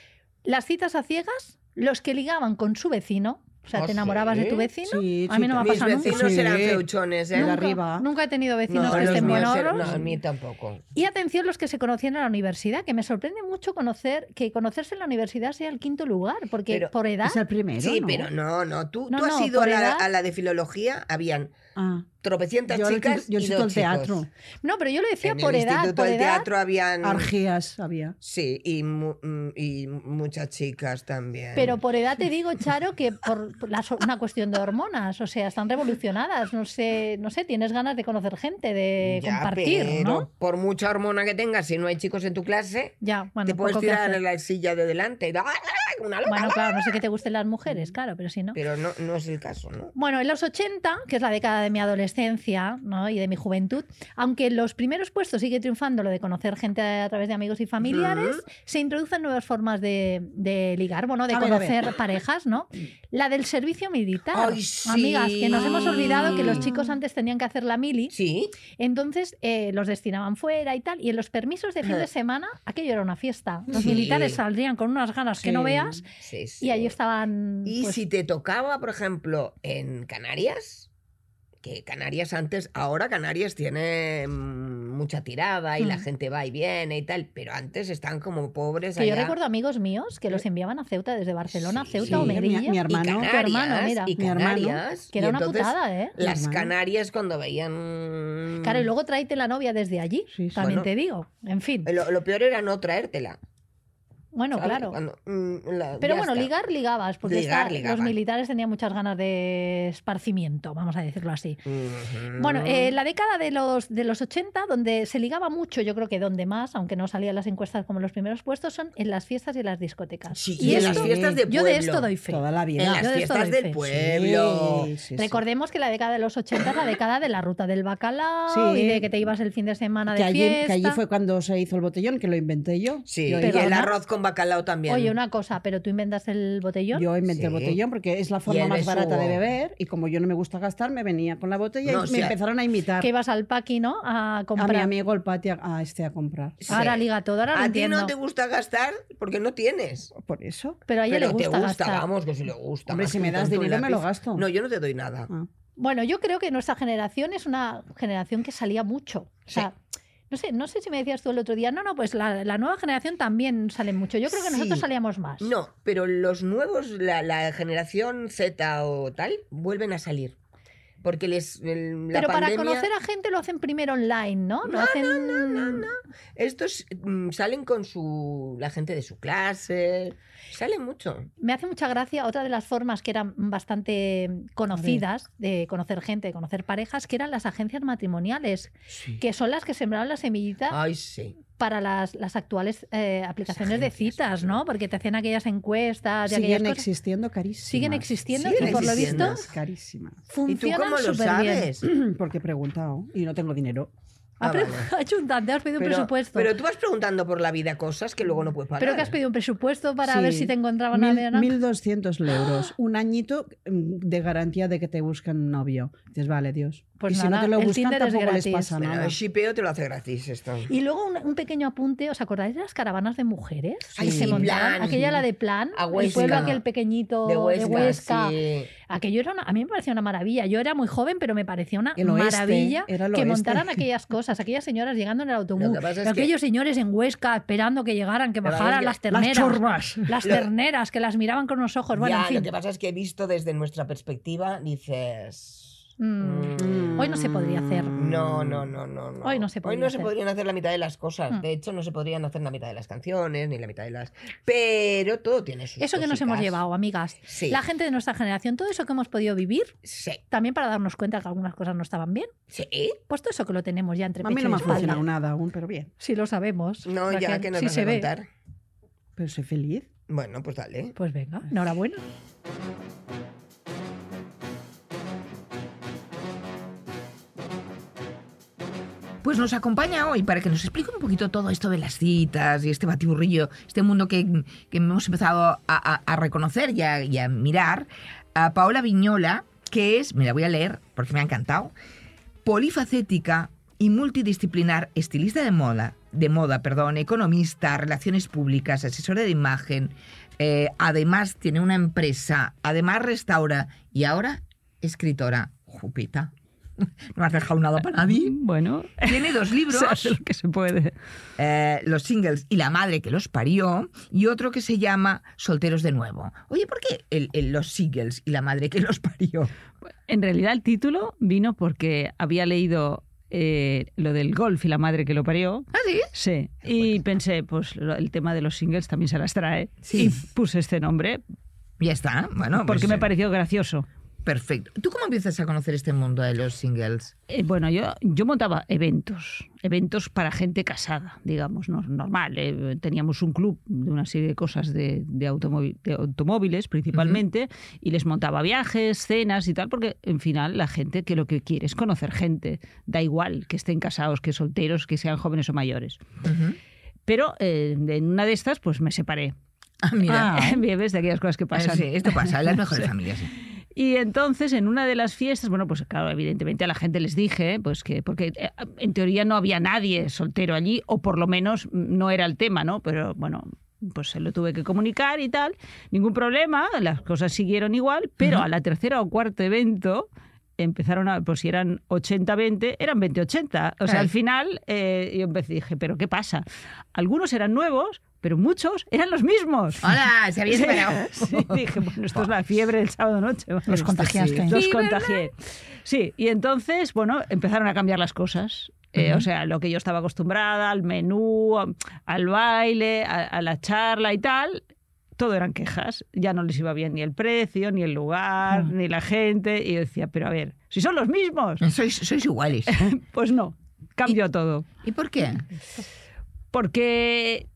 Speaker 2: Las citas a ciegas, los que ligaban con su vecino, o sea,
Speaker 1: Ah,
Speaker 2: te enamorabas de
Speaker 1: sí.
Speaker 2: tu vecino.
Speaker 3: Sí,
Speaker 2: a mí no me ha
Speaker 1: Mis
Speaker 2: pasado nunca.
Speaker 1: vecinos
Speaker 3: Sí.
Speaker 1: eran feuchones, ¿eh?
Speaker 3: de
Speaker 2: nunca,
Speaker 3: arriba.
Speaker 2: nunca he tenido
Speaker 1: No,
Speaker 2: vecinos que
Speaker 1: los
Speaker 2: estén
Speaker 1: míos
Speaker 2: buenos.
Speaker 1: eran- no, a mí tampoco.
Speaker 2: Y atención los que se conocían en la universidad, que me sorprende mucho conocer que conocerse en la universidad sea el quinto lugar, porque
Speaker 1: Pero
Speaker 2: por edad
Speaker 3: Es el primero.
Speaker 1: Sí,
Speaker 3: ¿no?
Speaker 1: pero no, no. Tú,
Speaker 2: No,
Speaker 1: tú has
Speaker 2: no,
Speaker 1: ido a
Speaker 2: por
Speaker 1: la,
Speaker 2: edad.
Speaker 1: a la de filología, habían
Speaker 3: Ah,
Speaker 1: tropecientas
Speaker 3: yo
Speaker 1: chicas
Speaker 3: yo
Speaker 1: y
Speaker 3: cito
Speaker 1: dos
Speaker 3: el
Speaker 1: chicos.
Speaker 3: teatro.
Speaker 2: No, pero yo lo decía
Speaker 1: En
Speaker 2: por
Speaker 1: el
Speaker 2: edad,
Speaker 1: Instituto
Speaker 2: por
Speaker 1: del
Speaker 2: edad.
Speaker 1: Teatro habían...
Speaker 3: Argeas había.
Speaker 1: Sí, y, mu- mm, y muchas chicas también.
Speaker 2: Pero por edad te digo, Charo, que por por las- una cuestión de hormonas, o sea, están revolucionadas, no sé, no sé, tienes ganas de conocer gente, de
Speaker 1: Ya,
Speaker 2: eh, compartir,
Speaker 1: pero
Speaker 2: ¿no?
Speaker 1: por mucha hormona que tengas, si no hay chicos en tu clase,
Speaker 2: Ya, bueno,
Speaker 1: te puedes
Speaker 2: poco que
Speaker 1: tirar
Speaker 2: hacer.
Speaker 1: en la silla de delante. y da- como una loca.
Speaker 2: Bueno, claro, no sé que te gusten las mujeres, claro, pero si no.
Speaker 1: Pero no, no es el caso, ¿no?
Speaker 2: Bueno, en los 80, que es la década de mi adolescencia ¿no? y de mi juventud, aunque en los primeros puestos sigue triunfando lo de conocer gente a través de amigos y familiares, se introducen nuevas formas de, de ligar, bueno, de
Speaker 3: A ver, a ver.
Speaker 2: conocer
Speaker 1: (laughs)
Speaker 2: parejas, ¿no? La del servicio militar.
Speaker 1: Ay, sí.
Speaker 2: Amigas, que nos hemos olvidado que los chicos antes tenían que hacer la mili,
Speaker 1: Sí.
Speaker 2: entonces eh, los destinaban fuera y tal, y en los permisos de fin
Speaker 1: (laughs)
Speaker 2: de semana, aquello era una fiesta. Los
Speaker 1: Sí.
Speaker 2: militares saldrían con unas ganas que no
Speaker 3: Sí.
Speaker 2: veas,
Speaker 1: sí, sí.
Speaker 2: y ahí estaban...
Speaker 1: Y
Speaker 2: pues,
Speaker 1: si te tocaba, por ejemplo, en Canarias, que Canarias antes, ahora Canarias tiene mm, mucha tirada y la
Speaker 2: Mm.
Speaker 1: gente va y viene y tal, pero antes están como pobres
Speaker 2: Que yo
Speaker 1: allá.
Speaker 2: recuerdo amigos míos que los enviaban a Ceuta desde Barcelona,
Speaker 1: Eh, Sí,
Speaker 2: Ceuta
Speaker 1: sí.
Speaker 2: o
Speaker 3: mi,
Speaker 2: Melilla,
Speaker 3: mi
Speaker 1: y
Speaker 3: hermano.
Speaker 1: Canarias,
Speaker 2: mira.
Speaker 1: y
Speaker 3: Mi hermano,
Speaker 1: Canarias,
Speaker 2: que
Speaker 1: y
Speaker 2: era una
Speaker 1: entonces,
Speaker 2: putada, ¿eh?
Speaker 3: Mi
Speaker 1: Las
Speaker 3: hermano.
Speaker 1: Canarias cuando veían...
Speaker 2: Claro, y luego tráete la novia desde allí,
Speaker 3: Sí, sí.
Speaker 2: también
Speaker 1: mm. Bueno.
Speaker 2: te digo. En fin,
Speaker 1: mm, Lo, lo peor era no traértela.
Speaker 2: bueno,
Speaker 1: ¿sabes?
Speaker 2: claro.
Speaker 1: Cuando, mm, la-
Speaker 2: Pero
Speaker 1: ya
Speaker 2: bueno,
Speaker 1: está.
Speaker 2: ligar ligabas, porque
Speaker 1: Ligar,
Speaker 2: esta- los
Speaker 1: ligaban.
Speaker 2: militares tenían muchas ganas de esparcimiento, vamos a decirlo así.
Speaker 1: Ujú.
Speaker 2: Bueno, eh, la década de los, de los 80, donde se ligaba mucho, yo creo que donde más, aunque no salían las encuestas como en los primeros puestos, son en las fiestas y en las discotecas.
Speaker 1: Sí,
Speaker 2: y
Speaker 1: y en las
Speaker 2: esto-
Speaker 1: fiestas de
Speaker 2: yo
Speaker 1: pueblo.
Speaker 2: de esto doy fe.
Speaker 3: Toda la vida.
Speaker 1: En las
Speaker 2: Yo de esto
Speaker 1: fiestas
Speaker 2: doy
Speaker 1: del
Speaker 2: fe.
Speaker 1: pueblo.
Speaker 3: Sí, sí, sí.
Speaker 2: Recordemos que la década de los 80 es la década de la ruta del bacalao
Speaker 3: Sí.
Speaker 2: y de que te ibas el fin de semana de
Speaker 3: que, allí,
Speaker 2: fiesta.
Speaker 3: que allí fue cuando se hizo el botellón, que lo inventé yo.
Speaker 1: Sí,
Speaker 3: Yo,
Speaker 1: y el
Speaker 2: Perdona.
Speaker 1: arroz con bacalao también.
Speaker 2: Oye, una cosa, pero tú inventas el botellón.
Speaker 3: yo inventé el
Speaker 1: Sí.
Speaker 3: botellón porque es la
Speaker 1: Y
Speaker 3: forma
Speaker 1: el
Speaker 3: más
Speaker 1: besugo.
Speaker 3: barata de beber y como yo no me gusta gastar, me venía con la botella
Speaker 1: No,
Speaker 3: y
Speaker 1: o
Speaker 3: me
Speaker 1: sea,
Speaker 3: empezaron a imitar
Speaker 2: que ibas al paqui, ¿no? A
Speaker 3: a mi
Speaker 2: comprar.
Speaker 3: amigo el Pati a, a este a comprar.
Speaker 1: Sí.
Speaker 2: ahora liga todo, ahora lo
Speaker 1: A ti
Speaker 2: entiendo.
Speaker 1: no te gusta gastar porque no tienes.
Speaker 3: Por eso.
Speaker 2: Pero a ella
Speaker 1: Pero
Speaker 2: le gusta,
Speaker 1: te gusta,
Speaker 2: gastar.
Speaker 1: vamos, que si le gusta.
Speaker 3: Hombre,
Speaker 1: más
Speaker 3: si
Speaker 1: Ah, que
Speaker 3: me
Speaker 1: un
Speaker 3: das
Speaker 1: tonto
Speaker 3: dinero
Speaker 1: un
Speaker 3: me lo
Speaker 1: lápiz.
Speaker 3: gasto.
Speaker 1: No, yo no te doy nada.
Speaker 3: Ah.
Speaker 2: Bueno, yo creo que nuestra generación es una generación que salía mucho. O sea, no sé, no sé si me decías tú el otro día. No, no, pues la, la nueva generación también sale mucho. Yo creo que nosotros
Speaker 1: Sí.
Speaker 2: salíamos más.
Speaker 1: No, pero los nuevos, la, la generación Z o tal, vuelven a salir. Porque les. el- la
Speaker 2: Pero para
Speaker 1: pandemia-
Speaker 2: conocer a gente lo hacen primero online, ¿no? Lo hacen...
Speaker 1: Estos mm, salen con su. la gente de su clase. Salen mucho.
Speaker 2: Me hace mucha gracia otra de las formas que eran bastante conocidas de conocer gente, de conocer parejas, que eran las agencias matrimoniales, que son las que sembraron la semillita
Speaker 1: Ay, sí.
Speaker 2: para las, las actuales eh, aplicaciones de
Speaker 1: agencias,
Speaker 2: citas,
Speaker 1: claro.
Speaker 2: ¿no? Porque te hacían aquellas encuestas y Ah, aquellas
Speaker 3: Siguen
Speaker 2: cosas.
Speaker 3: existiendo carísimas.
Speaker 2: Siguen existiendo
Speaker 1: Siguen
Speaker 2: y por lo
Speaker 1: existiendo.
Speaker 2: visto
Speaker 3: Carísimas.
Speaker 1: ¿Y tú
Speaker 2: funcionan
Speaker 1: cómo lo
Speaker 2: súper bien.
Speaker 1: sabes?
Speaker 3: Porque he preguntado y no tengo dinero.
Speaker 1: Ah, vale.
Speaker 2: (laughs) Ayuntante, has pedido un presupuesto.
Speaker 1: pero tú vas preguntando por la vida cosas que luego no puedes pagar.
Speaker 2: ¿Pero que has pedido un presupuesto para
Speaker 3: Sí.
Speaker 2: ver si te encontraban a
Speaker 3: Mil-
Speaker 2: Verona?
Speaker 3: 1.200 euros. Un añito mm, de garantía de que te buscan novio. Dices, vale, Dios.
Speaker 2: Pues
Speaker 3: y si
Speaker 2: nada,
Speaker 3: no te lo
Speaker 2: el
Speaker 3: buscan,
Speaker 2: Tinder es
Speaker 3: tampoco les
Speaker 2: gratis.
Speaker 3: pasa
Speaker 1: Bueno,
Speaker 3: nada.
Speaker 1: el shipeo te lo hace gratis esto.
Speaker 2: Y luego un, un pequeño apunte, ¿os acordáis de las caravanas de mujeres?
Speaker 1: Ay,
Speaker 2: Que se
Speaker 1: sí,
Speaker 2: montaban?
Speaker 1: Plan.
Speaker 2: Aquella la de plan,
Speaker 1: A
Speaker 2: el
Speaker 1: Huesca.
Speaker 2: pueblo aquel pequeñito de Huesca.
Speaker 1: sí.
Speaker 2: Aquello era una- a mí me parecía una maravilla. Yo era muy joven, pero me parecía una
Speaker 3: El oeste,
Speaker 2: maravilla
Speaker 3: este era el
Speaker 2: que
Speaker 3: oeste.
Speaker 1: (laughs)
Speaker 2: montaran aquellas cosas, aquellas señoras llegando en el
Speaker 1: Lo
Speaker 2: autobús,
Speaker 1: que pasa es que-
Speaker 2: aquellos señores en Huesca esperando que llegaran, que
Speaker 1: Pero
Speaker 2: bajaran
Speaker 1: es que-
Speaker 2: las
Speaker 3: Las
Speaker 2: terneras.
Speaker 3: chorbas.
Speaker 2: Las
Speaker 1: Lo-
Speaker 2: terneras que las miraban con unos ojos. pues, Bueno,
Speaker 1: ya,
Speaker 2: en fin.
Speaker 1: lo que pasa es que he visto desde nuestra perspectiva, dices...
Speaker 2: Mm.
Speaker 1: mm,
Speaker 2: Hoy no se podría hacer.
Speaker 1: No, no, no, no,
Speaker 2: Mm. Hoy no se podría
Speaker 1: se
Speaker 2: hacer.
Speaker 1: podrían hacer la mitad de las cosas.
Speaker 2: Mm.
Speaker 1: De hecho, no se podrían hacer la mitad de las canciones, ni la mitad de las... Pero todo tiene sus
Speaker 2: Eso que nos
Speaker 1: cositas.
Speaker 2: hemos llevado, amigas.
Speaker 1: Sí,
Speaker 2: La gente de nuestra generación, todo eso que hemos podido vivir,
Speaker 1: sí,
Speaker 2: también para darnos cuenta que algunas cosas no estaban bien,
Speaker 1: sí.
Speaker 2: pues todo eso que lo tenemos ya entre
Speaker 3: A
Speaker 2: pecho
Speaker 3: mí no
Speaker 2: y
Speaker 3: me ha
Speaker 2: espalda.
Speaker 3: funcionado nada aún, pero bien.
Speaker 2: Si lo sabemos.
Speaker 1: No, ya
Speaker 2: Raquel,
Speaker 1: que nos
Speaker 2: si
Speaker 1: vas
Speaker 2: se
Speaker 1: a
Speaker 2: ve.
Speaker 1: contar.
Speaker 3: Pero soy feliz.
Speaker 1: Bueno, pues dale.
Speaker 2: Pues venga, enhorabuena.
Speaker 1: Pues nos acompaña hoy para que nos explique un poquito todo esto de las citas y este batiburrillo, este mundo que, que hemos empezado a, a- a reconocer y a, y a mirar, a Paola Viñola, que es, me la voy a leer porque me ha encantado, polifacética y multidisciplinar, estilista de moda, de moda, perdón, economista, relaciones públicas, asesora de imagen, eh, además tiene una empresa, además restaura y ahora escritora. Jupita. (laughs) No has dejado nada para nadie.
Speaker 3: Bueno,
Speaker 1: Tiene (laughs) dos libros,
Speaker 3: que se puede.
Speaker 1: eh, Los singles y la madre que los parió, y otro que se llama Solteros de nuevo. Oye, ¿por qué el- el- los singles y la madre que los parió?
Speaker 4: En realidad el título vino porque había leído eh, lo del golf y la madre que lo parió.
Speaker 1: ¿Ah, sí?
Speaker 4: Sí.
Speaker 1: Qué
Speaker 4: Y
Speaker 1: fuerte.
Speaker 4: pensé, pues lo- el tema de los singles también se las trae.
Speaker 1: Sí.
Speaker 4: Y puse este nombre
Speaker 1: Ya está, bueno.
Speaker 4: porque
Speaker 1: pues,
Speaker 4: me pareció gracioso.
Speaker 1: Perfecto. ¿Tú cómo empiezas a conocer este mundo de los singles?
Speaker 4: Eh, bueno, yo, yo montaba eventos, eventos para gente casada, digamos, no- normal. eh, Teníamos un club de una serie de cosas de, de automóvil- de automóviles principalmente y les montaba viajes, cenas y tal, porque en final la gente que lo que quiere es conocer gente, da igual que estén casados, que solteros, que sean jóvenes o mayores.
Speaker 1: Ujú.
Speaker 4: Pero eh, en una de estas, pues me separé.
Speaker 1: Ah, mira.
Speaker 4: (laughs) Bien, ves de aquellas cosas que
Speaker 1: Ah,
Speaker 4: pasan.
Speaker 1: sí, esto pasa en las mejores familias. (laughs) sí.
Speaker 4: Y entonces en una de las fiestas, bueno, pues claro, evidentemente a la gente les dije, pues que, porque eh, en teoría no había nadie soltero allí, o por lo menos no era el tema, ¿no? Pero bueno, pues se lo tuve que comunicar y tal, ningún problema, las cosas siguieron igual, pero a la tercera o cuarto evento empezaron a, pues si eran 80-20, eran 20-80. O sea,
Speaker 1: Ay.
Speaker 4: al final eh, yo empecé, dije, pero ¿qué pasa? Algunos eran nuevos, pero muchos eran los mismos.
Speaker 1: Hola, se había (laughs)
Speaker 4: Sí,
Speaker 1: separado.
Speaker 4: (laughs) sí, dije, bueno, esto es la fiebre del sábado noche. vamos.
Speaker 2: Los contagiaste.
Speaker 4: Los contagié. Sí, y entonces, bueno, empezaron a cambiar las cosas. Eh, O sea, lo que yo estaba acostumbrada, al menú, a- al baile, a, a la charla y tal, todo eran quejas. Ya no les iba bien ni el precio, ni el lugar, ni la gente. Y yo decía, pero a ver, si son los mismos,
Speaker 1: Sois, sois iguales.
Speaker 4: pues
Speaker 2: (laughs)
Speaker 4: no, cambió todo.
Speaker 1: ¿Y por qué?
Speaker 4: Porque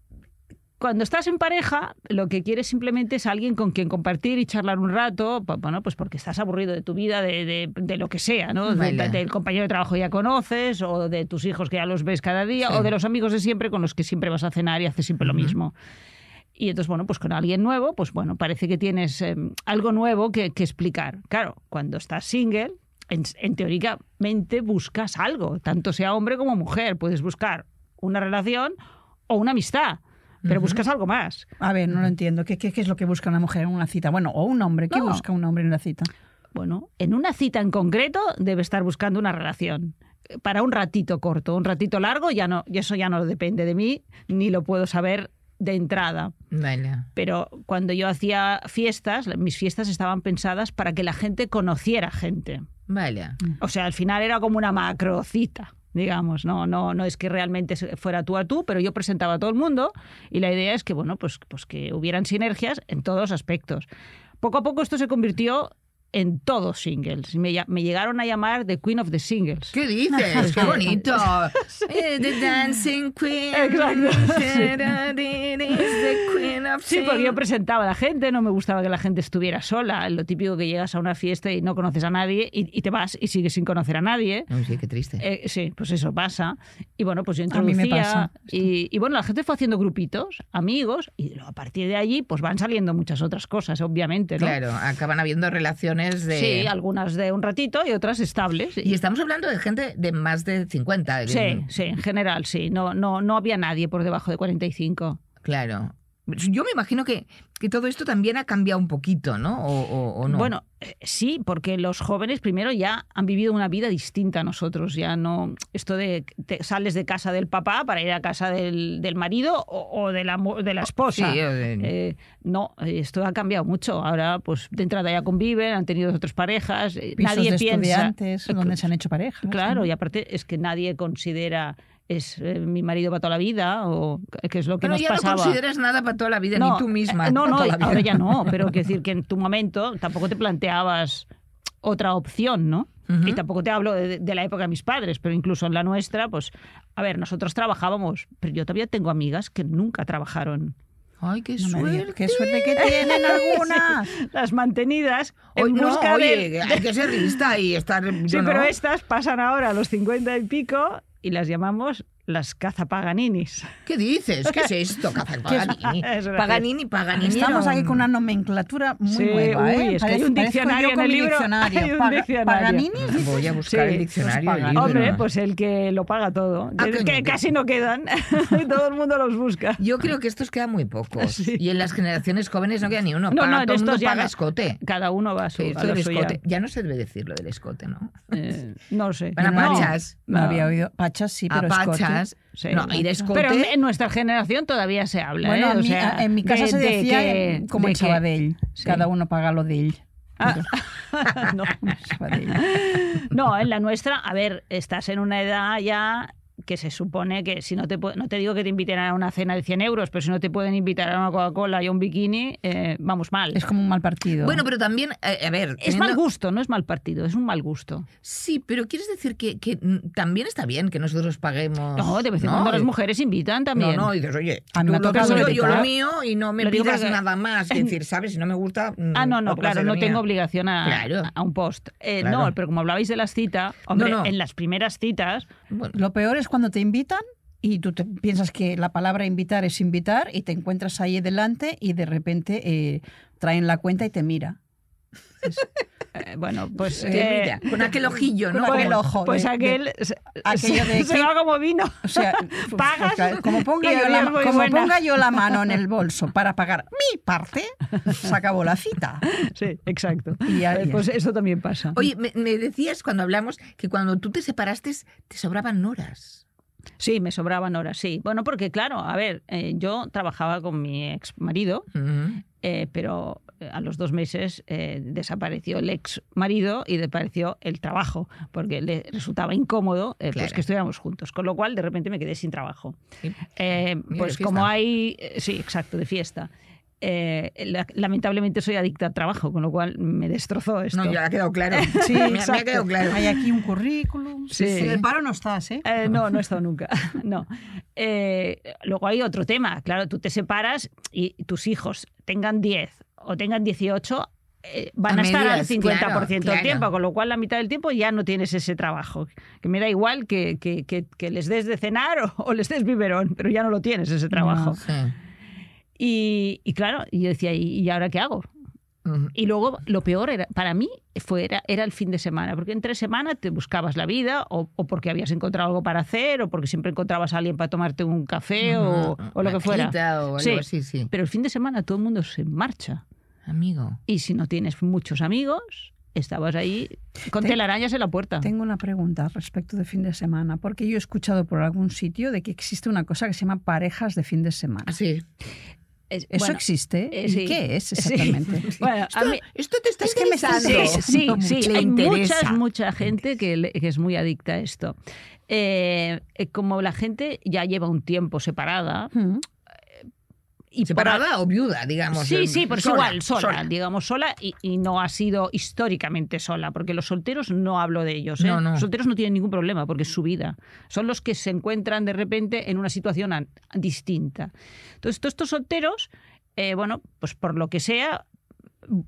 Speaker 4: cuando estás en pareja, lo que quieres simplemente es alguien con quien compartir y charlar un rato, pa- bueno, pues porque estás aburrido de tu vida, de, de- de lo que sea, ¿no? De-
Speaker 1: Vale.
Speaker 4: del compañero de trabajo que ya conoces, o de tus hijos que ya los ves cada día,
Speaker 1: Sí.
Speaker 4: o de los amigos de siempre con los que siempre vas a cenar y haces siempre lo mismo. Y entonces, bueno, pues con alguien nuevo, pues bueno, parece que tienes eh, algo nuevo que, que explicar. Claro, cuando estás single, en, en teóricamente buscas algo, tanto sea hombre como mujer. Puedes buscar una relación o una amistad, pero buscas algo más.
Speaker 3: A ver, no lo entiendo. ¿Qué, qué, qué es lo que busca una mujer en una cita? Bueno, o un hombre. ¿Qué
Speaker 4: No.
Speaker 3: busca un hombre en una cita?
Speaker 4: Bueno, en una cita en concreto debe estar buscando una relación. Eh, Para un ratito corto, un ratito largo, ya no, y eso ya no depende de mí, ni lo puedo saber de entrada.
Speaker 1: Vale.
Speaker 4: pero cuando yo hacía fiestas, mis fiestas estaban pensadas para que la gente conociera gente.
Speaker 1: Vale.
Speaker 4: O sea, al final era como una macrocita, digamos, no no no es que realmente se- fuera tú a tú, pero yo presentaba a todo el mundo y la idea es que bueno, pues pues que hubieran sinergias en todos los aspectos. Poco a poco esto se convirtió en todos singles. Y Me, lla- me llegaron a llamar The Queen of the Singles.
Speaker 1: ¿Qué
Speaker 4: (laughs)
Speaker 1: dices? ¡Qué bonito! Eh, The Dancing Queen.
Speaker 4: Exacto,
Speaker 1: Is the queen of
Speaker 4: Sí, porque yo
Speaker 1: sing-
Speaker 4: presentaba a la gente, no me gustaba que la gente estuviera sola. Lo típico que llegas a una fiesta y no conoces a nadie y, y te vas y sigues sin conocer a nadie.
Speaker 1: Uy, sí, qué triste.
Speaker 4: Eh, sí, pues eso pasa. Y bueno, pues yo
Speaker 3: A mí
Speaker 4: introducía.
Speaker 3: me pasa
Speaker 4: Y, y bueno, la gente fue haciendo grupitos, amigos, y luego a partir de allí pues van saliendo muchas otras cosas, obviamente, ¿no?
Speaker 1: Claro, acaban habiendo relaciones de...
Speaker 4: Sí, algunas de un ratito y otras estables.
Speaker 1: Y estamos hablando de gente de más de 50.
Speaker 4: Sí,
Speaker 1: eh,
Speaker 4: sí, en general, sí. No, no, no había nadie por debajo de 45.
Speaker 1: Claro. Yo me imagino que, que todo esto también ha cambiado un poquito, ¿no? O, o- o no.
Speaker 4: Bueno, eh, sí, porque los jóvenes primero ya han vivido una vida distinta a nosotros. Ya no. Esto de que te sales de casa del papá para ir a casa del, del marido o, o de, la, mu- de la
Speaker 1: sí,
Speaker 4: esposa.
Speaker 1: eh,
Speaker 4: Eh, no, eh, esto ha cambiado mucho. Ahora, pues de entrada ya conviven, han tenido otras parejas, eh,
Speaker 3: Pisos
Speaker 4: nadie
Speaker 3: de
Speaker 4: piensa.
Speaker 3: estudiantes, donde se han hecho parejas.
Speaker 4: Claro,
Speaker 3: ¿no?
Speaker 4: y aparte es que nadie considera es eh, mi marido para toda la vida o que es lo que
Speaker 1: Pero
Speaker 4: nos
Speaker 1: ya
Speaker 4: pasaba.
Speaker 1: no consideras nada para toda la vida, ni tú misma.
Speaker 4: eh, No,
Speaker 1: para
Speaker 4: no,
Speaker 1: toda la vida.
Speaker 4: ahora ya
Speaker 1: (laughs)
Speaker 4: no, pero quiero decir que en tu momento tampoco te planteabas otra opción, ¿no?
Speaker 1: Ujú.
Speaker 4: Y tampoco te hablo de, de la época de mis padres, pero incluso en la nuestra, pues, a ver, nosotros trabajábamos, pero yo todavía tengo amigas que nunca trabajaron.
Speaker 1: Ay, qué
Speaker 3: No me
Speaker 1: suerte.
Speaker 3: digas. ¡Qué suerte que tienen
Speaker 4: (laughs)
Speaker 3: algunas!
Speaker 4: Las mantenidas en
Speaker 1: Oye, no,
Speaker 4: busca de-
Speaker 1: oye, hay que ser lista y estar...
Speaker 4: (laughs) Sí,
Speaker 1: yo no.
Speaker 4: pero estas pasan ahora a los 50 y pico y las llamamos las cazapaganinis.
Speaker 1: ¿Qué dices? ¿Qué es esto? Cazar
Speaker 4: (laughs)
Speaker 1: Paganini.
Speaker 4: Es verdad.
Speaker 1: Paganini, Paganini.
Speaker 3: Estamos
Speaker 1: era
Speaker 3: aquí
Speaker 1: un-
Speaker 3: con una nomenclatura muy
Speaker 4: Sí,
Speaker 3: nueva, ¿eh?
Speaker 4: uy, es que hay
Speaker 3: Parez-
Speaker 4: un
Speaker 3: parezco
Speaker 4: diccionario
Speaker 3: yo
Speaker 4: en
Speaker 3: con
Speaker 4: el
Speaker 3: mi
Speaker 4: libro. (laughs)
Speaker 3: diccionario.
Speaker 4: Hay un
Speaker 3: Paga-
Speaker 4: diccionario.
Speaker 3: Paganini,
Speaker 1: Voy a buscar
Speaker 4: Sí,
Speaker 1: el diccionario.
Speaker 3: los
Speaker 1: del
Speaker 3: Paganini.
Speaker 1: libro.
Speaker 4: Hombre, pues el que lo paga todo.
Speaker 1: Ah,
Speaker 4: Es
Speaker 1: coño,
Speaker 4: que
Speaker 1: que-
Speaker 4: casi no quedan. (laughs) Todo el mundo los busca.
Speaker 1: Yo creo que estos quedan muy pocos.
Speaker 4: (laughs) Sí.
Speaker 1: Y en las generaciones jóvenes no queda ni uno.
Speaker 4: No,
Speaker 1: Paga-
Speaker 4: no, en
Speaker 1: todo el mundo
Speaker 4: estos ya
Speaker 1: paga
Speaker 4: no.
Speaker 1: escote.
Speaker 4: Cada uno va a su,
Speaker 1: Sí, esto
Speaker 4: a lo
Speaker 1: del
Speaker 4: suya.
Speaker 1: escote. Ya no se debe decir lo del escote, ¿no?
Speaker 4: Eh, no sé.
Speaker 1: Van a
Speaker 4: No,
Speaker 1: pachas.
Speaker 3: No había oído. Pachas sí, pero Scotty.
Speaker 1: Apachas.
Speaker 4: sí.
Speaker 1: No, ir a escote.
Speaker 4: Pero en nuestra generación todavía se habla.
Speaker 3: Bueno,
Speaker 4: ¿eh?
Speaker 3: a
Speaker 4: O
Speaker 3: mí-
Speaker 4: sea,
Speaker 3: a- en mi casa
Speaker 4: de-
Speaker 3: se
Speaker 4: de
Speaker 3: decía
Speaker 4: que-
Speaker 3: eh, como
Speaker 4: de
Speaker 3: el
Speaker 4: que-
Speaker 3: (laughs) Sabadell.
Speaker 4: Sí.
Speaker 3: Cada uno paga lo de
Speaker 5: (laughs)
Speaker 3: él.
Speaker 4: Ah, (laughs) no.
Speaker 3: Sabadell.
Speaker 4: No, en la nuestra, a ver, estás en una edad ya que se supone que si no te pu- no te digo que te inviten a una cena de 100 euros, pero si no te pueden invitar a una Coca-Cola y a un bikini, eh, vamos mal.
Speaker 5: Es como un mal partido.
Speaker 6: Bueno, pero también, eh, a ver.
Speaker 4: Es
Speaker 6: teniendo-
Speaker 4: mal gusto, no es mal partido, es un mal gusto.
Speaker 6: Sí, pero quieres decir que, que, mm, también está bien que nosotros paguemos.
Speaker 4: No, de vez en cuando las mujeres invitan también.
Speaker 6: No, no, dices, oye,
Speaker 5: A mí me
Speaker 6: tú
Speaker 5: ha
Speaker 6: lo
Speaker 5: tocado
Speaker 6: tuyo, yo lo
Speaker 5: invitar.
Speaker 6: mío y no me
Speaker 4: Lo digo
Speaker 6: pidas
Speaker 4: porque-
Speaker 6: nada más. Es decir, ¿sabes? Si no me gusta. mm,
Speaker 4: Ah, no, no,
Speaker 6: por
Speaker 4: claro,
Speaker 6: placer
Speaker 4: no
Speaker 6: mía.
Speaker 4: tengo obligación a,
Speaker 6: Claro.
Speaker 4: a un post. Eh,
Speaker 6: Claro.
Speaker 4: No, pero como hablabais de las citas, hombre,
Speaker 6: no.
Speaker 4: en las primeras citas, (laughs)
Speaker 6: Bueno,
Speaker 5: Lo peor es cuando te invitan y tú te- piensas que la palabra invitar es invitar y te encuentras ahí delante y de repente eh, traen la cuenta y te mira.
Speaker 4: eh, bueno, pues...
Speaker 5: Te
Speaker 4: eh,
Speaker 6: mira, con aquel ojillo,
Speaker 5: con
Speaker 6: ¿no?
Speaker 5: aquel
Speaker 6: Como-
Speaker 5: ojo
Speaker 4: Pues
Speaker 5: de-
Speaker 4: aquel se-
Speaker 5: aquello
Speaker 4: se,
Speaker 5: de
Speaker 4: se
Speaker 5: que-
Speaker 4: va como vino. (laughs)
Speaker 5: O sea,
Speaker 4: Pagas
Speaker 5: porque como ponga,
Speaker 4: y
Speaker 5: yo la,
Speaker 4: eres muy
Speaker 5: como
Speaker 4: buena. (laughs)
Speaker 5: ponga yo la mano en el bolso para pagar mi parte, se acabó la cita.
Speaker 4: Sí, exacto.
Speaker 5: Y ya-
Speaker 4: Eh, Pues eso también pasa.
Speaker 6: Oye, me, me decías cuando hablamos que cuando tú te separaste te sobraban horas.
Speaker 4: Sí, me sobraban horas, sí. Bueno, porque claro, a ver, eh, yo trabajaba con mi ex marido,
Speaker 6: Ujú.
Speaker 4: eh, pero eh, a los dos meses eh, desapareció el ex marido y desapareció el trabajo, porque le resultaba incómodo eh, pues
Speaker 6: Claro.
Speaker 4: que estuviéramos juntos. Con lo cual, de repente me quedé sin trabajo.
Speaker 6: Sí.
Speaker 4: Eh,
Speaker 6: de
Speaker 4: pues
Speaker 6: fiesta.
Speaker 4: como hay. eh, Sí, exacto, de fiesta. Eh, la- lamentablemente soy adicta al trabajo, con lo cual me destrozó esto.
Speaker 6: No, ya ha quedado
Speaker 4: (laughs)
Speaker 6: claro. (laughs)
Speaker 5: Sí,
Speaker 6: me, ha- me ha
Speaker 5: exacto.
Speaker 6: quedado claro.
Speaker 5: Hay aquí un currículum.
Speaker 4: Sí.
Speaker 5: En el paro no estás, ¿eh?
Speaker 4: Eh, no, no he estado nunca. (laughs) No. Eh, luego hay otro tema. Claro, tú te separas y tus hijos tengan 10 o tengan 18, eh, van
Speaker 6: A
Speaker 4: a, estar al
Speaker 6: medias,
Speaker 4: 50% del
Speaker 6: claro,
Speaker 4: tiempo,
Speaker 6: claro.
Speaker 4: con lo cual la mitad del tiempo ya no tienes ese trabajo. Que me da igual que, que- que- que les des de cenar o, o les des biberón, pero ya no lo tienes ese trabajo.
Speaker 5: No.
Speaker 6: Sí.
Speaker 4: Y, y claro, y yo decía, ¿y, y ahora qué hago?
Speaker 6: Ujú.
Speaker 4: Y luego lo peor era, para mí fue, era, era el fin de semana, porque entre semana te buscabas la vida o, o porque habías encontrado algo para hacer o porque siempre encontrabas a alguien para tomarte un café Eh, o,
Speaker 6: Ujú.
Speaker 4: o lo
Speaker 6: Una
Speaker 4: que fuera.
Speaker 6: cita O algo
Speaker 4: Sí.
Speaker 6: así, sí.
Speaker 4: Pero el fin de semana todo el mundo se marcha
Speaker 6: Amigo.
Speaker 4: y si no tienes muchos amigos, estabas ahí con
Speaker 5: Te-
Speaker 4: telarañas en la puerta.
Speaker 5: Tengo una pregunta respecto de fin de semana, porque yo he escuchado por algún sitio de que existe una cosa que se llama parejas de fin de semana.
Speaker 6: Así.
Speaker 4: Es-
Speaker 5: ¿Eso
Speaker 4: bueno,
Speaker 5: existe?
Speaker 4: eh,
Speaker 5: ¿Y
Speaker 4: sí.
Speaker 5: qué es
Speaker 4: Sí.
Speaker 5: exactamente?
Speaker 4: (laughs) Bueno, a
Speaker 6: Esto,
Speaker 4: mí-
Speaker 6: esto te está
Speaker 5: Es que me está
Speaker 6: interesando.
Speaker 4: Sí,
Speaker 5: interesando.
Speaker 4: sí, sí.
Speaker 6: Le
Speaker 4: Hay
Speaker 6: interesa.
Speaker 4: mucha, mucha gente que, le- que es muy adicta a esto. Eh, eh, como la gente ya lleva un tiempo separada.
Speaker 5: Mm.
Speaker 4: Y por-
Speaker 6: Separada o viuda, digamos.
Speaker 4: Sí,
Speaker 6: eh,
Speaker 4: sí, pero es
Speaker 6: sola,
Speaker 4: igual, sola, digamos sola y, y no ha sido históricamente sola, porque los solteros no hablo de ellos. ¿eh?
Speaker 6: No, no.
Speaker 4: Los solteros no tienen ningún problema porque es su vida. Son los que se encuentran de repente en una situación an- distinta. Entonces, todos estos solteros, eh, bueno, pues por lo que sea,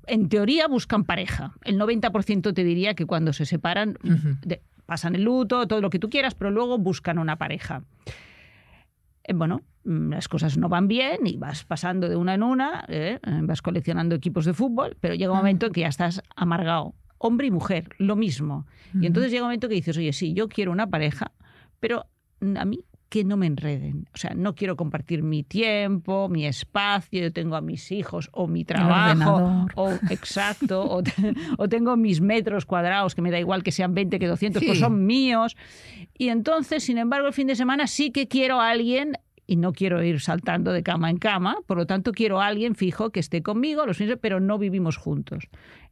Speaker 4: en teoría buscan pareja. El 90% te diría que cuando se separan
Speaker 6: Ujú.
Speaker 4: de- pasan el luto, todo lo que tú quieras, pero luego buscan una pareja. Eh, bueno, mm, las cosas no van bien y vas pasando de una en una, ¿eh? Eh, vas coleccionando equipos de fútbol, pero llega un momento en que ya estás amargado. Hombre y mujer, lo mismo. Y entonces llega un momento que dices, oye, sí, yo quiero una pareja, pero mm, a mí que no me enreden. O sea, no quiero compartir mi tiempo, mi espacio, yo tengo a mis hijos o mi trabajo.
Speaker 5: ordenador.
Speaker 4: O, exacto, o, te- o tengo mis metros cuadrados, que me da igual que sean 20 que 200, pues
Speaker 6: Sí.
Speaker 4: son míos. Y entonces, sin embargo, el fin de semana sí que quiero a alguien y no quiero ir saltando de cama en cama, por lo tanto quiero a alguien fijo que esté conmigo los fines, de- pero no vivimos juntos.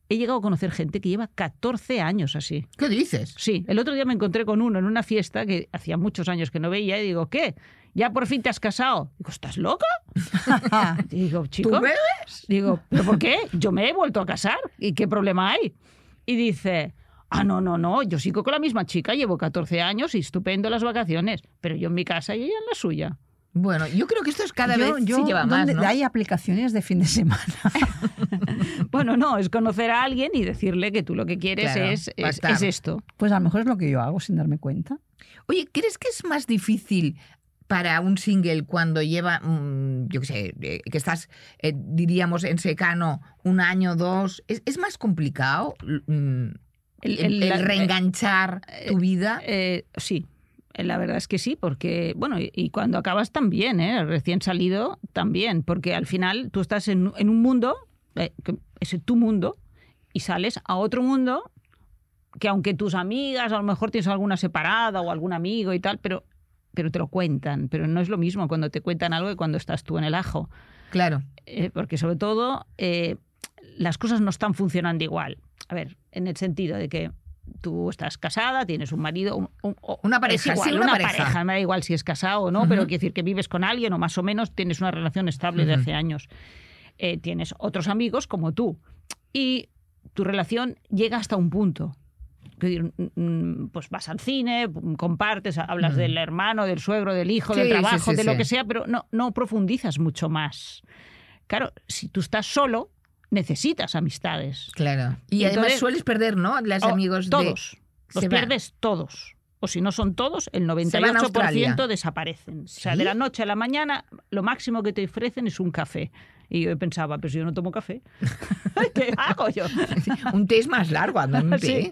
Speaker 4: He llegado a conocer gente que lleva 14 años así.
Speaker 6: ¿Qué dices?
Speaker 4: Sí, el otro día me encontré con uno en una fiesta que hacía muchos años que no veía y digo, ¿qué? ¿Ya por fin te has casado? Digo,
Speaker 6: (laughs)
Speaker 4: ¿estás loca? Y digo, chico.
Speaker 6: ¿Tú bebes?
Speaker 4: Digo, ¿pero por qué? Yo me he vuelto a casar. ¿Y qué problema hay? Y dice, ah, no, no, no, yo sigo con la misma chica, llevo 14 años y estupendo las vacaciones, pero yo en mi casa y ella en
Speaker 6: (laughs)
Speaker 4: la suya.
Speaker 6: Bueno, yo creo que esto es cada
Speaker 5: Yo-
Speaker 6: vez
Speaker 5: yo-
Speaker 6: se lleva más,
Speaker 5: ¿dónde-
Speaker 6: ¿no?
Speaker 5: Hay aplicaciones de fin de semana. (laughs)
Speaker 4: Bueno, no, es conocer a alguien y decirle que tú lo que quieres
Speaker 6: Claro,
Speaker 4: es, es,
Speaker 6: bastar.
Speaker 4: es esto.
Speaker 5: Pues a lo mejor es lo que yo hago sin darme cuenta.
Speaker 6: Oye, ¿crees que es más difícil para un single cuando lleva, mm, yo qué sé, eh, que estás, eh, diríamos, en secano un año, dos? ¿Es, es más complicado mm, el,
Speaker 4: El- el- la-
Speaker 6: reenganchar tu
Speaker 1: Ah.
Speaker 6: vida?
Speaker 4: Eh, sí, eh, la verdad es que sí, porque, bueno, y, y cuando acabas también, ¿eh? recién salido también, porque al final tú estás en, en un mundo, eh, que es tu mundo, y sales a otro mundo que aunque tus amigas, a lo mejor tienes alguna separada o algún amigo y tal, pero, pero te lo cuentan, pero no es lo mismo cuando te cuentan algo que cuando estás tú en el ajo
Speaker 6: Claro.
Speaker 4: eh, porque sobre todo eh, las cosas no están funcionando igual. A ver, en el sentido de que tú estás casada, tienes un marido, un- un- o-
Speaker 6: Una pareja,
Speaker 4: es igual,
Speaker 6: sí, una
Speaker 4: una,
Speaker 6: pareja.
Speaker 4: pareja. me da igual si es casado o no, pero quiere decir que vives con alguien o más o menos tienes una relación estable de
Speaker 6: Ujú.
Speaker 4: hace años. Eh, tienes otros amigos como tú y tu relación llega hasta un punto. Quiero decir, mm, mm, Pues vas al cine, compartes, hablas
Speaker 6: Ujú.
Speaker 4: del hermano, del suegro, del hijo,
Speaker 6: Sí,
Speaker 4: del
Speaker 6: sí,
Speaker 4: trabajo,
Speaker 6: sí,
Speaker 4: de lo
Speaker 6: sí.
Speaker 4: que sea, pero no, no profundizas mucho más. Claro, si tú estás solo, necesitas amistades.
Speaker 6: Claro. Y además
Speaker 4: Entonces-
Speaker 6: sueles perder, ¿no? Las
Speaker 4: O-
Speaker 6: amigos de-
Speaker 4: Oh, todos.
Speaker 6: se
Speaker 4: Los
Speaker 6: van.
Speaker 4: pierdes todos. O si no son todos,
Speaker 6: Se
Speaker 4: el
Speaker 6: van a
Speaker 4: 98%
Speaker 6: Australia.
Speaker 4: desaparecen. O sea,
Speaker 6: ¿Sí?
Speaker 4: de la noche a la mañana, lo máximo que te ofrecen es un café. Y yo pensaba, pero si yo no tomo café, (laughs) ¿qué
Speaker 6: (laughs)
Speaker 4: hago yo?
Speaker 6: Un té es más largo, anda, un
Speaker 4: (laughs) Sí.
Speaker 6: té.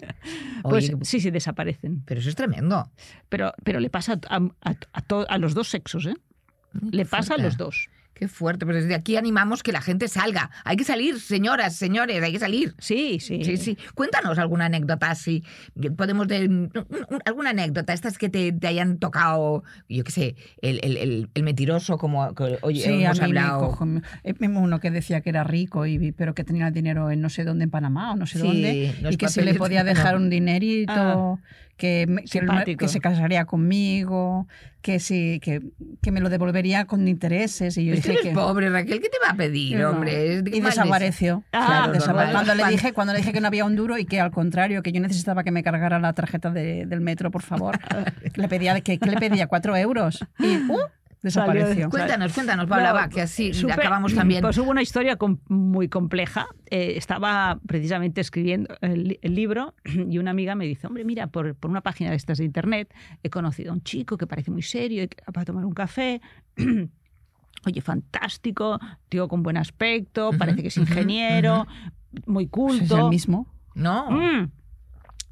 Speaker 4: Pues
Speaker 6: Oye,
Speaker 4: sí, sí, desaparecen.
Speaker 6: pero eso es tremendo.
Speaker 4: Pero, pero le pasa a, a- a to- a los dos sexos, ¿eh? Le pasa a los dos.
Speaker 6: Qué fuerte, pero desde aquí animamos que la gente salga. Hay que salir, señoras, señores, hay que salir.
Speaker 4: Sí, sí.
Speaker 6: Sí, sí. Cuéntanos alguna anécdota así. Podemos de- un- un- alguna anécdota, estas que te, te hayan tocado, yo qué sé, el, el- el- el mentiroso, como que hoy
Speaker 5: Sí, a
Speaker 6: hemos
Speaker 5: mí me
Speaker 6: hablado.
Speaker 5: cojo- eh, mismo uno que decía que era rico, y, pero que tenía dinero en no sé dónde, en Panamá o no sé
Speaker 6: Sí,
Speaker 5: dónde,
Speaker 6: los
Speaker 5: y que se
Speaker 6: papeles
Speaker 5: le
Speaker 6: de
Speaker 5: podía
Speaker 6: Panamá.
Speaker 5: dejar un dinerito, que, me- que, lo-
Speaker 4: Simpático.
Speaker 5: que se casaría conmigo, que, sí, que, que me lo devolvería con intereses. Y yo
Speaker 6: Pero
Speaker 1: Pues
Speaker 6: tú
Speaker 5: dije
Speaker 6: eres
Speaker 5: que...
Speaker 6: pobre, Raquel, ¿qué te va a pedir,
Speaker 5: No.
Speaker 6: hombre? Es-
Speaker 5: Y
Speaker 6: más
Speaker 5: desapareció.
Speaker 4: Ah,
Speaker 5: Claro,
Speaker 6: normal.
Speaker 5: desapa- cuando, le dije, cuando le dije que no había un duro y que al contrario, que yo necesitaba que me cargara la tarjeta de- del metro, por favor, le pedía, que, que le pedía cuatro euros y ¡uh! desapareció.
Speaker 6: Cuéntanos, cuéntanos, Paula,
Speaker 4: No, eh,
Speaker 6: va, que así
Speaker 4: supe-
Speaker 6: acabamos también.
Speaker 4: (clears throat) Pues hubo una historia com- muy compleja. Eh, estaba precisamente escribiendo el, li- el libro (clears throat) y una amiga me dice, hombre, mira, por, por una página de estas de internet he conocido a un chico que parece muy serio y que va a tomar un café. (clears throat) Oye, fantástico, tío con buen aspecto,
Speaker 6: Ujú,
Speaker 4: parece que es
Speaker 6: ujú,
Speaker 4: ingeniero, muy
Speaker 5: Pues
Speaker 4: culto.
Speaker 5: es el mismo.
Speaker 6: no.
Speaker 4: Mm.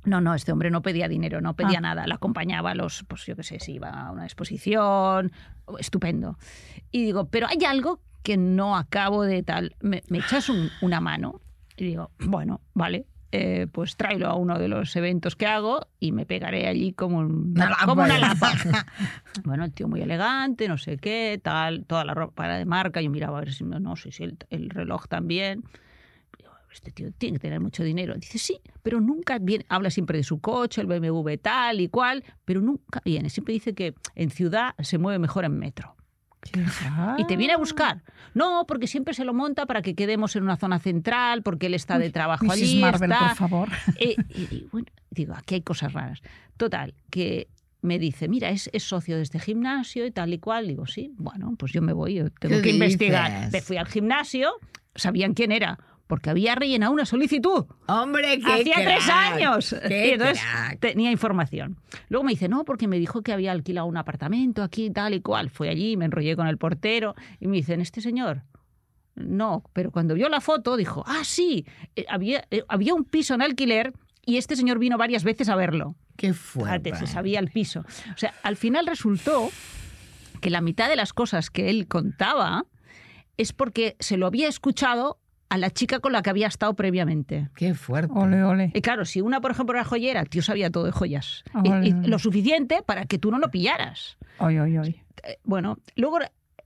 Speaker 4: No, no, este hombre no pedía dinero, no pedía
Speaker 5: Ah.
Speaker 4: nada. La acompañaba a los, pues yo qué sé, si iba a una exposición, oh, estupendo. Y digo, pero hay algo que no acabo de tal. ¿Me, me echas un- una mano? Y digo, bueno, vale, eh, pues tráelo a uno de los eventos que hago y me pegaré allí como, un-
Speaker 6: Una lapa. ¿eh?
Speaker 4: como una lapa. Bueno, el tío muy elegante, no sé qué, tal, toda la ropa era de marca. Yo miraba a ver si no, no sé si el, el reloj también. Digo, Este tío tiene que tener mucho dinero. Dice, sí, pero nunca viene. Habla siempre de su coche, el BMW tal y cual, pero nunca viene. Siempre dice que en ciudad se mueve mejor en metro. Y te viene a buscar. No, porque siempre se lo monta para que quedemos en una zona central, porque él está de trabajo
Speaker 5: Mrs.
Speaker 4: allí.
Speaker 5: Marvel,
Speaker 4: está-
Speaker 5: por favor.
Speaker 4: (laughs) eh, y digo, bueno, digo, aquí hay cosas raras. Total, que me dice, mira, es, es socio de este gimnasio y tal y cual. Digo, sí, bueno, pues yo me voy, yo tengo que
Speaker 6: ¿Qué
Speaker 4: investigar.
Speaker 6: dices?
Speaker 4: Me fui al gimnasio, sabían quién era, porque había rellenado una solicitud.
Speaker 6: (laughs) Hombre, que
Speaker 4: Hacía tres años.
Speaker 6: Qué
Speaker 4: y entonces
Speaker 6: crack.
Speaker 4: tenía información. Luego me dice, no, porque me dijo que había alquilado un apartamento aquí, tal y cual. Fue allí, me enrollé con el portero y me dicen, este señor. No, pero cuando vio la foto dijo, ah, sí, eh, había, eh, había un piso en alquiler y este señor vino varias veces a verlo.
Speaker 6: Qué fuerte.
Speaker 4: Fíjate, se sabía el piso. O sea, al final resultó que la mitad de las cosas que él contaba es porque se lo había escuchado a la chica con la que había estado previamente.
Speaker 6: Qué fuerte.
Speaker 5: Ole, ole.
Speaker 4: Y Eh, claro, si una, por ejemplo, era joyera, el tío sabía todo de joyas.
Speaker 5: Ah,
Speaker 4: Y-
Speaker 5: vale,
Speaker 4: y
Speaker 5: vale.
Speaker 4: lo suficiente para que tú no lo pillaras.
Speaker 5: Oy, oy, oy.
Speaker 4: Eh, Bueno, luego,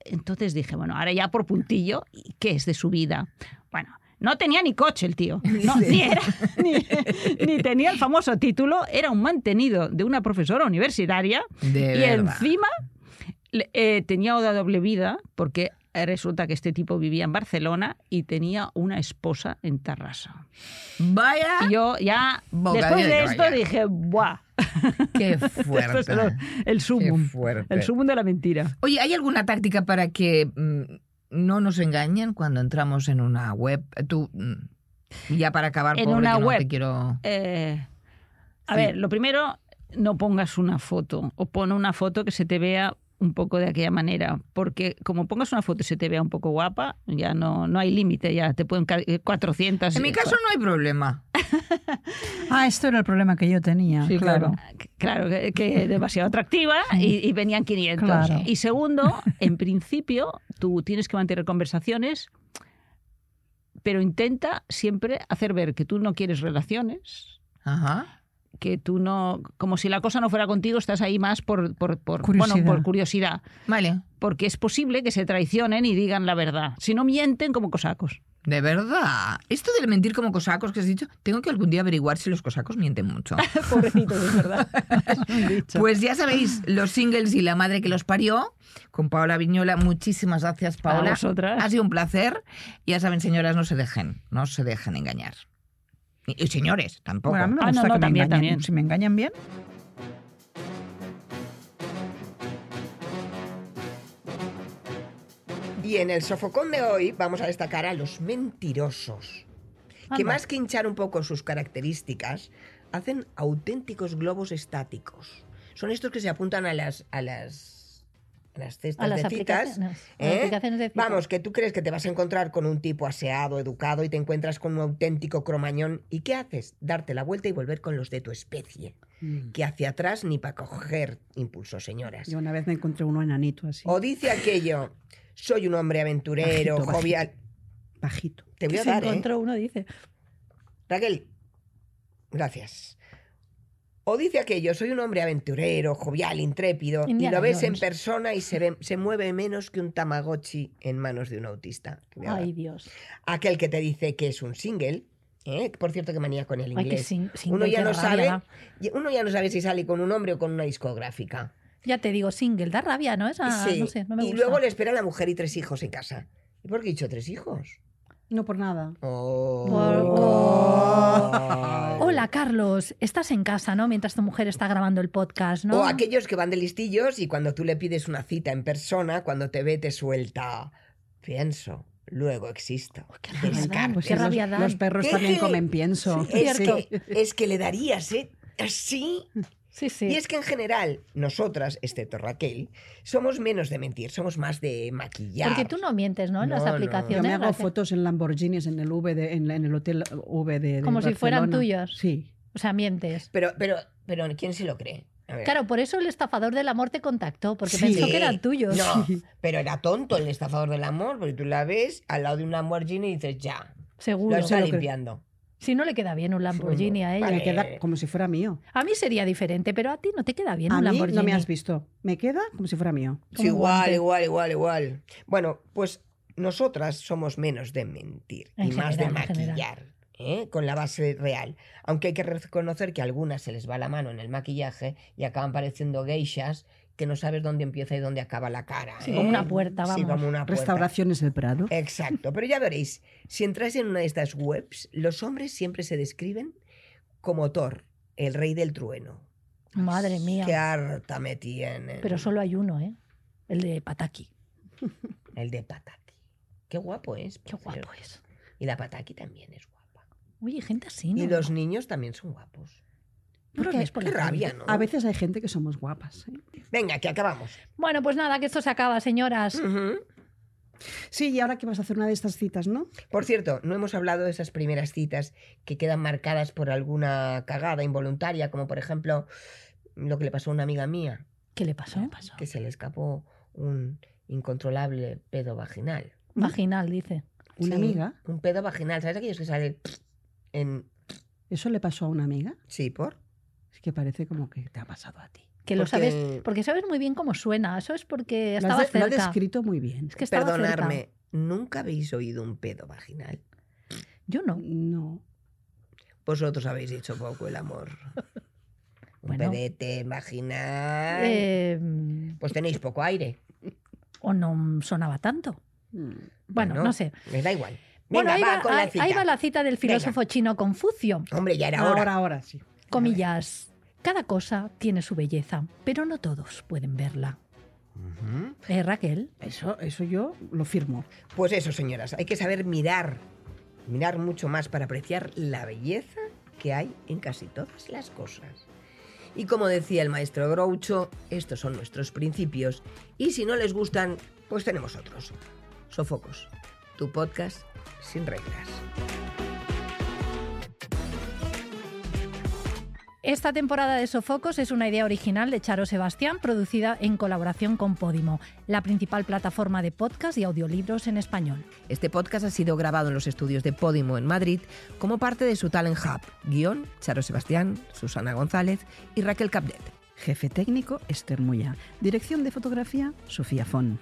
Speaker 4: entonces dije, bueno, ahora ya por puntillo, ¿y ¿qué es de su vida? Bueno, no tenía ni coche el
Speaker 5: (laughs)
Speaker 4: tío. No, ni, era, (laughs) ni, ni tenía el famoso título. Era un mantenido de una profesora universitaria.
Speaker 6: De
Speaker 4: y
Speaker 6: verdad.
Speaker 4: encima le- eh, tenía una doble vida porque resulta que este tipo vivía en Barcelona y tenía una esposa en Tarrasa.
Speaker 6: Vaya,
Speaker 4: Y yo ya,
Speaker 6: Bocadillo
Speaker 4: después
Speaker 6: de
Speaker 4: de esto,
Speaker 6: caballo.
Speaker 4: dije, ¡buah!
Speaker 6: (laughs) qué
Speaker 4: Esto es
Speaker 6: fuerte.
Speaker 4: lo- el
Speaker 6: qué
Speaker 4: sumum.
Speaker 6: fuerte.
Speaker 4: El sumum de la mentira.
Speaker 6: Oye, ¿hay alguna táctica para que mm, no nos engañen cuando entramos en una web? Tú, mm, ya para acabar,
Speaker 4: En
Speaker 6: pobre,
Speaker 4: una
Speaker 6: que no
Speaker 4: web.
Speaker 6: te quiero...
Speaker 4: Eh, a
Speaker 6: Sí.
Speaker 4: ver, lo primero, no pongas una foto o pon una foto que se te vea un poco de aquella manera, porque como pongas una foto y se te vea un poco guapa, ya no, no hay límite, ya te pueden eh, caer 400.
Speaker 6: En mi caso no hay problema.
Speaker 5: Ah, esto era el problema que yo tenía.
Speaker 6: Sí, claro.
Speaker 5: Ah, claro.
Speaker 4: Claro, Ah, que, que demasiado atractiva y, y venían 500.
Speaker 5: Claro.
Speaker 4: Y segundo, en principio, tú tienes que mantener conversaciones, pero intenta siempre hacer ver que tú no quieres relaciones,
Speaker 6: Ajá.
Speaker 4: que tú no. Como si la cosa no fuera contigo, estás ahí más por, por, por-
Speaker 5: Curiosidad.
Speaker 4: Bueno, por curiosidad.
Speaker 6: Vale.
Speaker 4: Porque es posible que se traicionen y digan la verdad. Si no mienten como cosacos.
Speaker 6: De verdad. Esto de mentir como cosacos que has dicho, tengo que algún día averiguar si los cosacos mienten (laughs) mucho.
Speaker 3: Pobrecitos,
Speaker 6: (laughs)
Speaker 3: es verdad.
Speaker 6: Pues ya sabéis, los singles y la madre que los parió, con Paola Viñola. Muchísimas gracias, Paola.
Speaker 4: vosotras.
Speaker 6: Ha sido un placer. Ya saben, señoras, no se dejen, no se dejen engañar. Y, y señores, tampoco.
Speaker 5: Bueno, a mí me
Speaker 4: Ah, no,
Speaker 5: gusta
Speaker 4: no,
Speaker 5: que me
Speaker 4: también,
Speaker 5: engañen.
Speaker 4: también.
Speaker 5: Si me engañan bien.
Speaker 1: Y en el sofocón de hoy vamos a destacar a los mentirosos, que
Speaker 2: Anda.
Speaker 1: más que hinchar un poco sus características, hacen auténticos globos estáticos. Son estos que se apuntan a las, a las, a las cestas
Speaker 2: A las
Speaker 1: de citas.
Speaker 2: aplicaciones, a
Speaker 1: ¿eh?
Speaker 2: las aplicaciones de citas.
Speaker 1: Vamos, que tú crees que te vas a encontrar con un tipo aseado, educado y te encuentras con un auténtico cromañón. ¿Y qué haces? Darte la vuelta y volver con los de tu especie. Que hacia atrás ni para coger impulso, señoras.
Speaker 3: Yo una vez me encontré uno enanito así,
Speaker 1: O dice aquello, soy un hombre aventurero,
Speaker 3: Bajito, bajito.
Speaker 1: jovial.
Speaker 3: bajito.
Speaker 1: Te voy
Speaker 2: Que
Speaker 1: a
Speaker 2: se
Speaker 1: dar, ¿eh?
Speaker 2: encontró uno, dice.
Speaker 1: Raquel, gracias. O dice aquello, soy un hombre aventurero, jovial, intrépido, y
Speaker 2: Indiana
Speaker 1: lo ves en
Speaker 2: Jones.
Speaker 1: persona y se, ve- se mueve menos que un tamagotchi en manos de un autista. Te voy a dar.
Speaker 2: Ay, Dios.
Speaker 1: Aquel que te dice que es un single, ¿eh? por cierto que manía con el
Speaker 2: Ay, que
Speaker 1: inglés.
Speaker 2: sin, single,
Speaker 1: uno, ya
Speaker 2: qué
Speaker 1: no
Speaker 2: rabia
Speaker 1: sabe,
Speaker 2: da.
Speaker 1: y- uno ya no sabe si sale con un hombre o con una discográfica.
Speaker 2: Ya te digo, single, da rabia, ¿no? Esa,
Speaker 1: Sí.
Speaker 2: no sé, no me
Speaker 1: y
Speaker 2: gusta.
Speaker 1: luego le espera la mujer y tres hijos en casa. ¿Y por qué he dicho tres hijos?
Speaker 3: No por nada.
Speaker 1: Oh.
Speaker 2: Por- Hola, Carlos, estás en casa, ¿no? Mientras tu mujer está grabando el podcast, ¿no?
Speaker 1: O aquellos que van de listillos y cuando tú le pides una cita en persona, cuando te ve te suelta. Pienso, luego existo.
Speaker 2: Qué rabia dan,
Speaker 1: Descarte.
Speaker 2: qué
Speaker 3: los-
Speaker 2: rabia
Speaker 3: los,
Speaker 2: dan.
Speaker 3: perros
Speaker 1: ¿Qué,
Speaker 3: también
Speaker 1: qué?
Speaker 3: comen pienso.
Speaker 2: Sí.
Speaker 1: Es que,
Speaker 2: Cierto.
Speaker 1: es que le darías, ¿eh? Así.
Speaker 2: Sí, sí.
Speaker 1: Y es que en general, nosotras, excepto Raquel, somos menos de mentir, somos más de maquillar.
Speaker 2: Porque tú no mientes, ¿no? En las
Speaker 1: No, no.
Speaker 2: aplicaciones.
Speaker 3: Yo me hago
Speaker 2: Raquel.
Speaker 3: fotos en Lamborghinis en el V de- en, la- en el hotel V de, de
Speaker 2: Como si fueran
Speaker 3: Barcelona.
Speaker 2: tuyos.
Speaker 3: Sí.
Speaker 2: O sea, mientes.
Speaker 1: Pero, pero, pero, ¿quién se lo cree? A ver.
Speaker 2: Claro, por eso el estafador del amor te contactó, porque
Speaker 3: Sí.
Speaker 2: pensó que eran tuyos.
Speaker 1: No, pero era tonto el estafador del amor, porque tú la ves al lado de un Lamborghini y dices, ya, lo
Speaker 2: (laughs) Seguro.
Speaker 1: está
Speaker 3: lo creo.
Speaker 1: limpiando.
Speaker 2: Si no le queda bien un Lamborghini a ella.
Speaker 1: Vale.
Speaker 3: Me
Speaker 4: Eh.
Speaker 3: queda como si fuera mío.
Speaker 2: A mí sería diferente, pero a ti no te queda bien
Speaker 3: A
Speaker 2: un
Speaker 3: mí
Speaker 2: Lamborghini.
Speaker 3: no me has visto. Me queda como si fuera mío.
Speaker 1: Sí,
Speaker 2: Como
Speaker 1: igual,
Speaker 2: guante.
Speaker 1: igual, igual, igual. Bueno, pues nosotras somos menos de mentir
Speaker 2: En
Speaker 1: y más de
Speaker 2: general, en general.
Speaker 1: maquillar, ¿eh? con la base real. Aunque hay que reconocer que a algunas se les va la mano en el maquillaje y acaban pareciendo geishas que no sabes dónde empieza y dónde acaba la cara.
Speaker 2: Sí,
Speaker 1: ¿eh?
Speaker 2: como una puerta,
Speaker 1: Sí,
Speaker 2: vamos.
Speaker 1: como una puerta.
Speaker 3: Restauraciones del Prado.
Speaker 1: Exacto, pero ya veréis, si entráis en una de estas webs, los hombres siempre se describen como Thor, el rey del trueno.
Speaker 2: Madre
Speaker 1: Qué
Speaker 2: mía.
Speaker 1: harta me tienen.
Speaker 2: Pero solo hay uno, ¿eh? El de Pataki.
Speaker 1: El de Pataki. Qué guapo es.
Speaker 2: Qué
Speaker 1: por
Speaker 2: guapo
Speaker 1: cierto.
Speaker 2: es.
Speaker 1: Y la Pataki también es guapa.
Speaker 2: Oye, gente así, ¿no?
Speaker 1: Y los niños también son guapos.
Speaker 2: No los ves por
Speaker 1: Qué
Speaker 2: la calle.
Speaker 1: rabia, ¿no?
Speaker 3: A veces hay gente que somos guapas. ¿eh?
Speaker 1: Venga, que acabamos.
Speaker 2: Bueno, pues nada, que esto se acaba, señoras.
Speaker 1: Ujú.
Speaker 3: Sí, y ahora que vas a hacer una de estas citas, ¿no?
Speaker 1: Por cierto, no hemos hablado de esas primeras citas que quedan marcadas por alguna cagada involuntaria, como por ejemplo lo que le pasó a una amiga mía,
Speaker 2: ¿Qué le pasó?
Speaker 1: que se le escapó un incontrolable pedo vaginal.
Speaker 2: Mm. Vaginal, dice.
Speaker 3: Una
Speaker 1: Sí,
Speaker 3: amiga.
Speaker 1: Un pedo vaginal. ¿Sabes aquellos que salen en...
Speaker 3: Eso le pasó a una amiga.
Speaker 1: Sí, por...
Speaker 3: Es que parece como que te ha pasado a ti.
Speaker 2: Que lo
Speaker 1: Porque-
Speaker 2: sabes, porque sabes muy bien cómo suena. Eso es porque
Speaker 3: Lo
Speaker 2: estaba
Speaker 3: has de- lo ha
Speaker 2: cerca.
Speaker 3: descrito muy bien.
Speaker 2: Es que estaba
Speaker 1: Perdonarme,
Speaker 2: cerca.
Speaker 1: ¿nunca habéis oído un pedo vaginal?
Speaker 2: Yo no.
Speaker 3: No.
Speaker 1: Vosotros habéis hecho poco el amor. Un
Speaker 2: Bueno.
Speaker 1: pedete vaginal.
Speaker 2: Eh,
Speaker 1: Pues tenéis poco aire.
Speaker 2: o no sonaba tanto.
Speaker 3: Mm.
Speaker 2: Bueno, no sé.
Speaker 1: Les da igual.
Speaker 2: bueno,
Speaker 1: Venga,
Speaker 2: ahí,
Speaker 1: va,
Speaker 2: va,
Speaker 1: con la
Speaker 2: ahí-
Speaker 1: cita.
Speaker 2: ahí va la cita del filósofo chino Confucio.
Speaker 1: Hombre, ya era
Speaker 3: Ahora,
Speaker 1: hora.
Speaker 3: ahora sí.
Speaker 2: Comillas. Cada cosa tiene su belleza, pero no todos pueden verla.
Speaker 1: Ujú.
Speaker 2: Eh, Raquel,
Speaker 3: Eso, eso yo lo firmo.
Speaker 1: Pues eso, señoras, hay que saber mirar. Mirar mucho más para apreciar la belleza que hay en casi todas las cosas. Y como decía el maestro Groucho, estos son nuestros principios y si no les gustan, pues tenemos otros. Sofocos, tu podcast sin reglas.
Speaker 2: Esta temporada de Sofocos es una idea original de Charo Sebastián, producida en colaboración con Podimo, la principal plataforma de podcast y audiolibros en español.
Speaker 1: Este podcast ha sido grabado en los estudios de Podimo en Madrid como parte de su Talent Hub. Guión, Charo Sebastián, Susana González y Raquel Capdet.
Speaker 3: Jefe técnico, Esther Muya. Dirección de fotografía, Sofía Fon.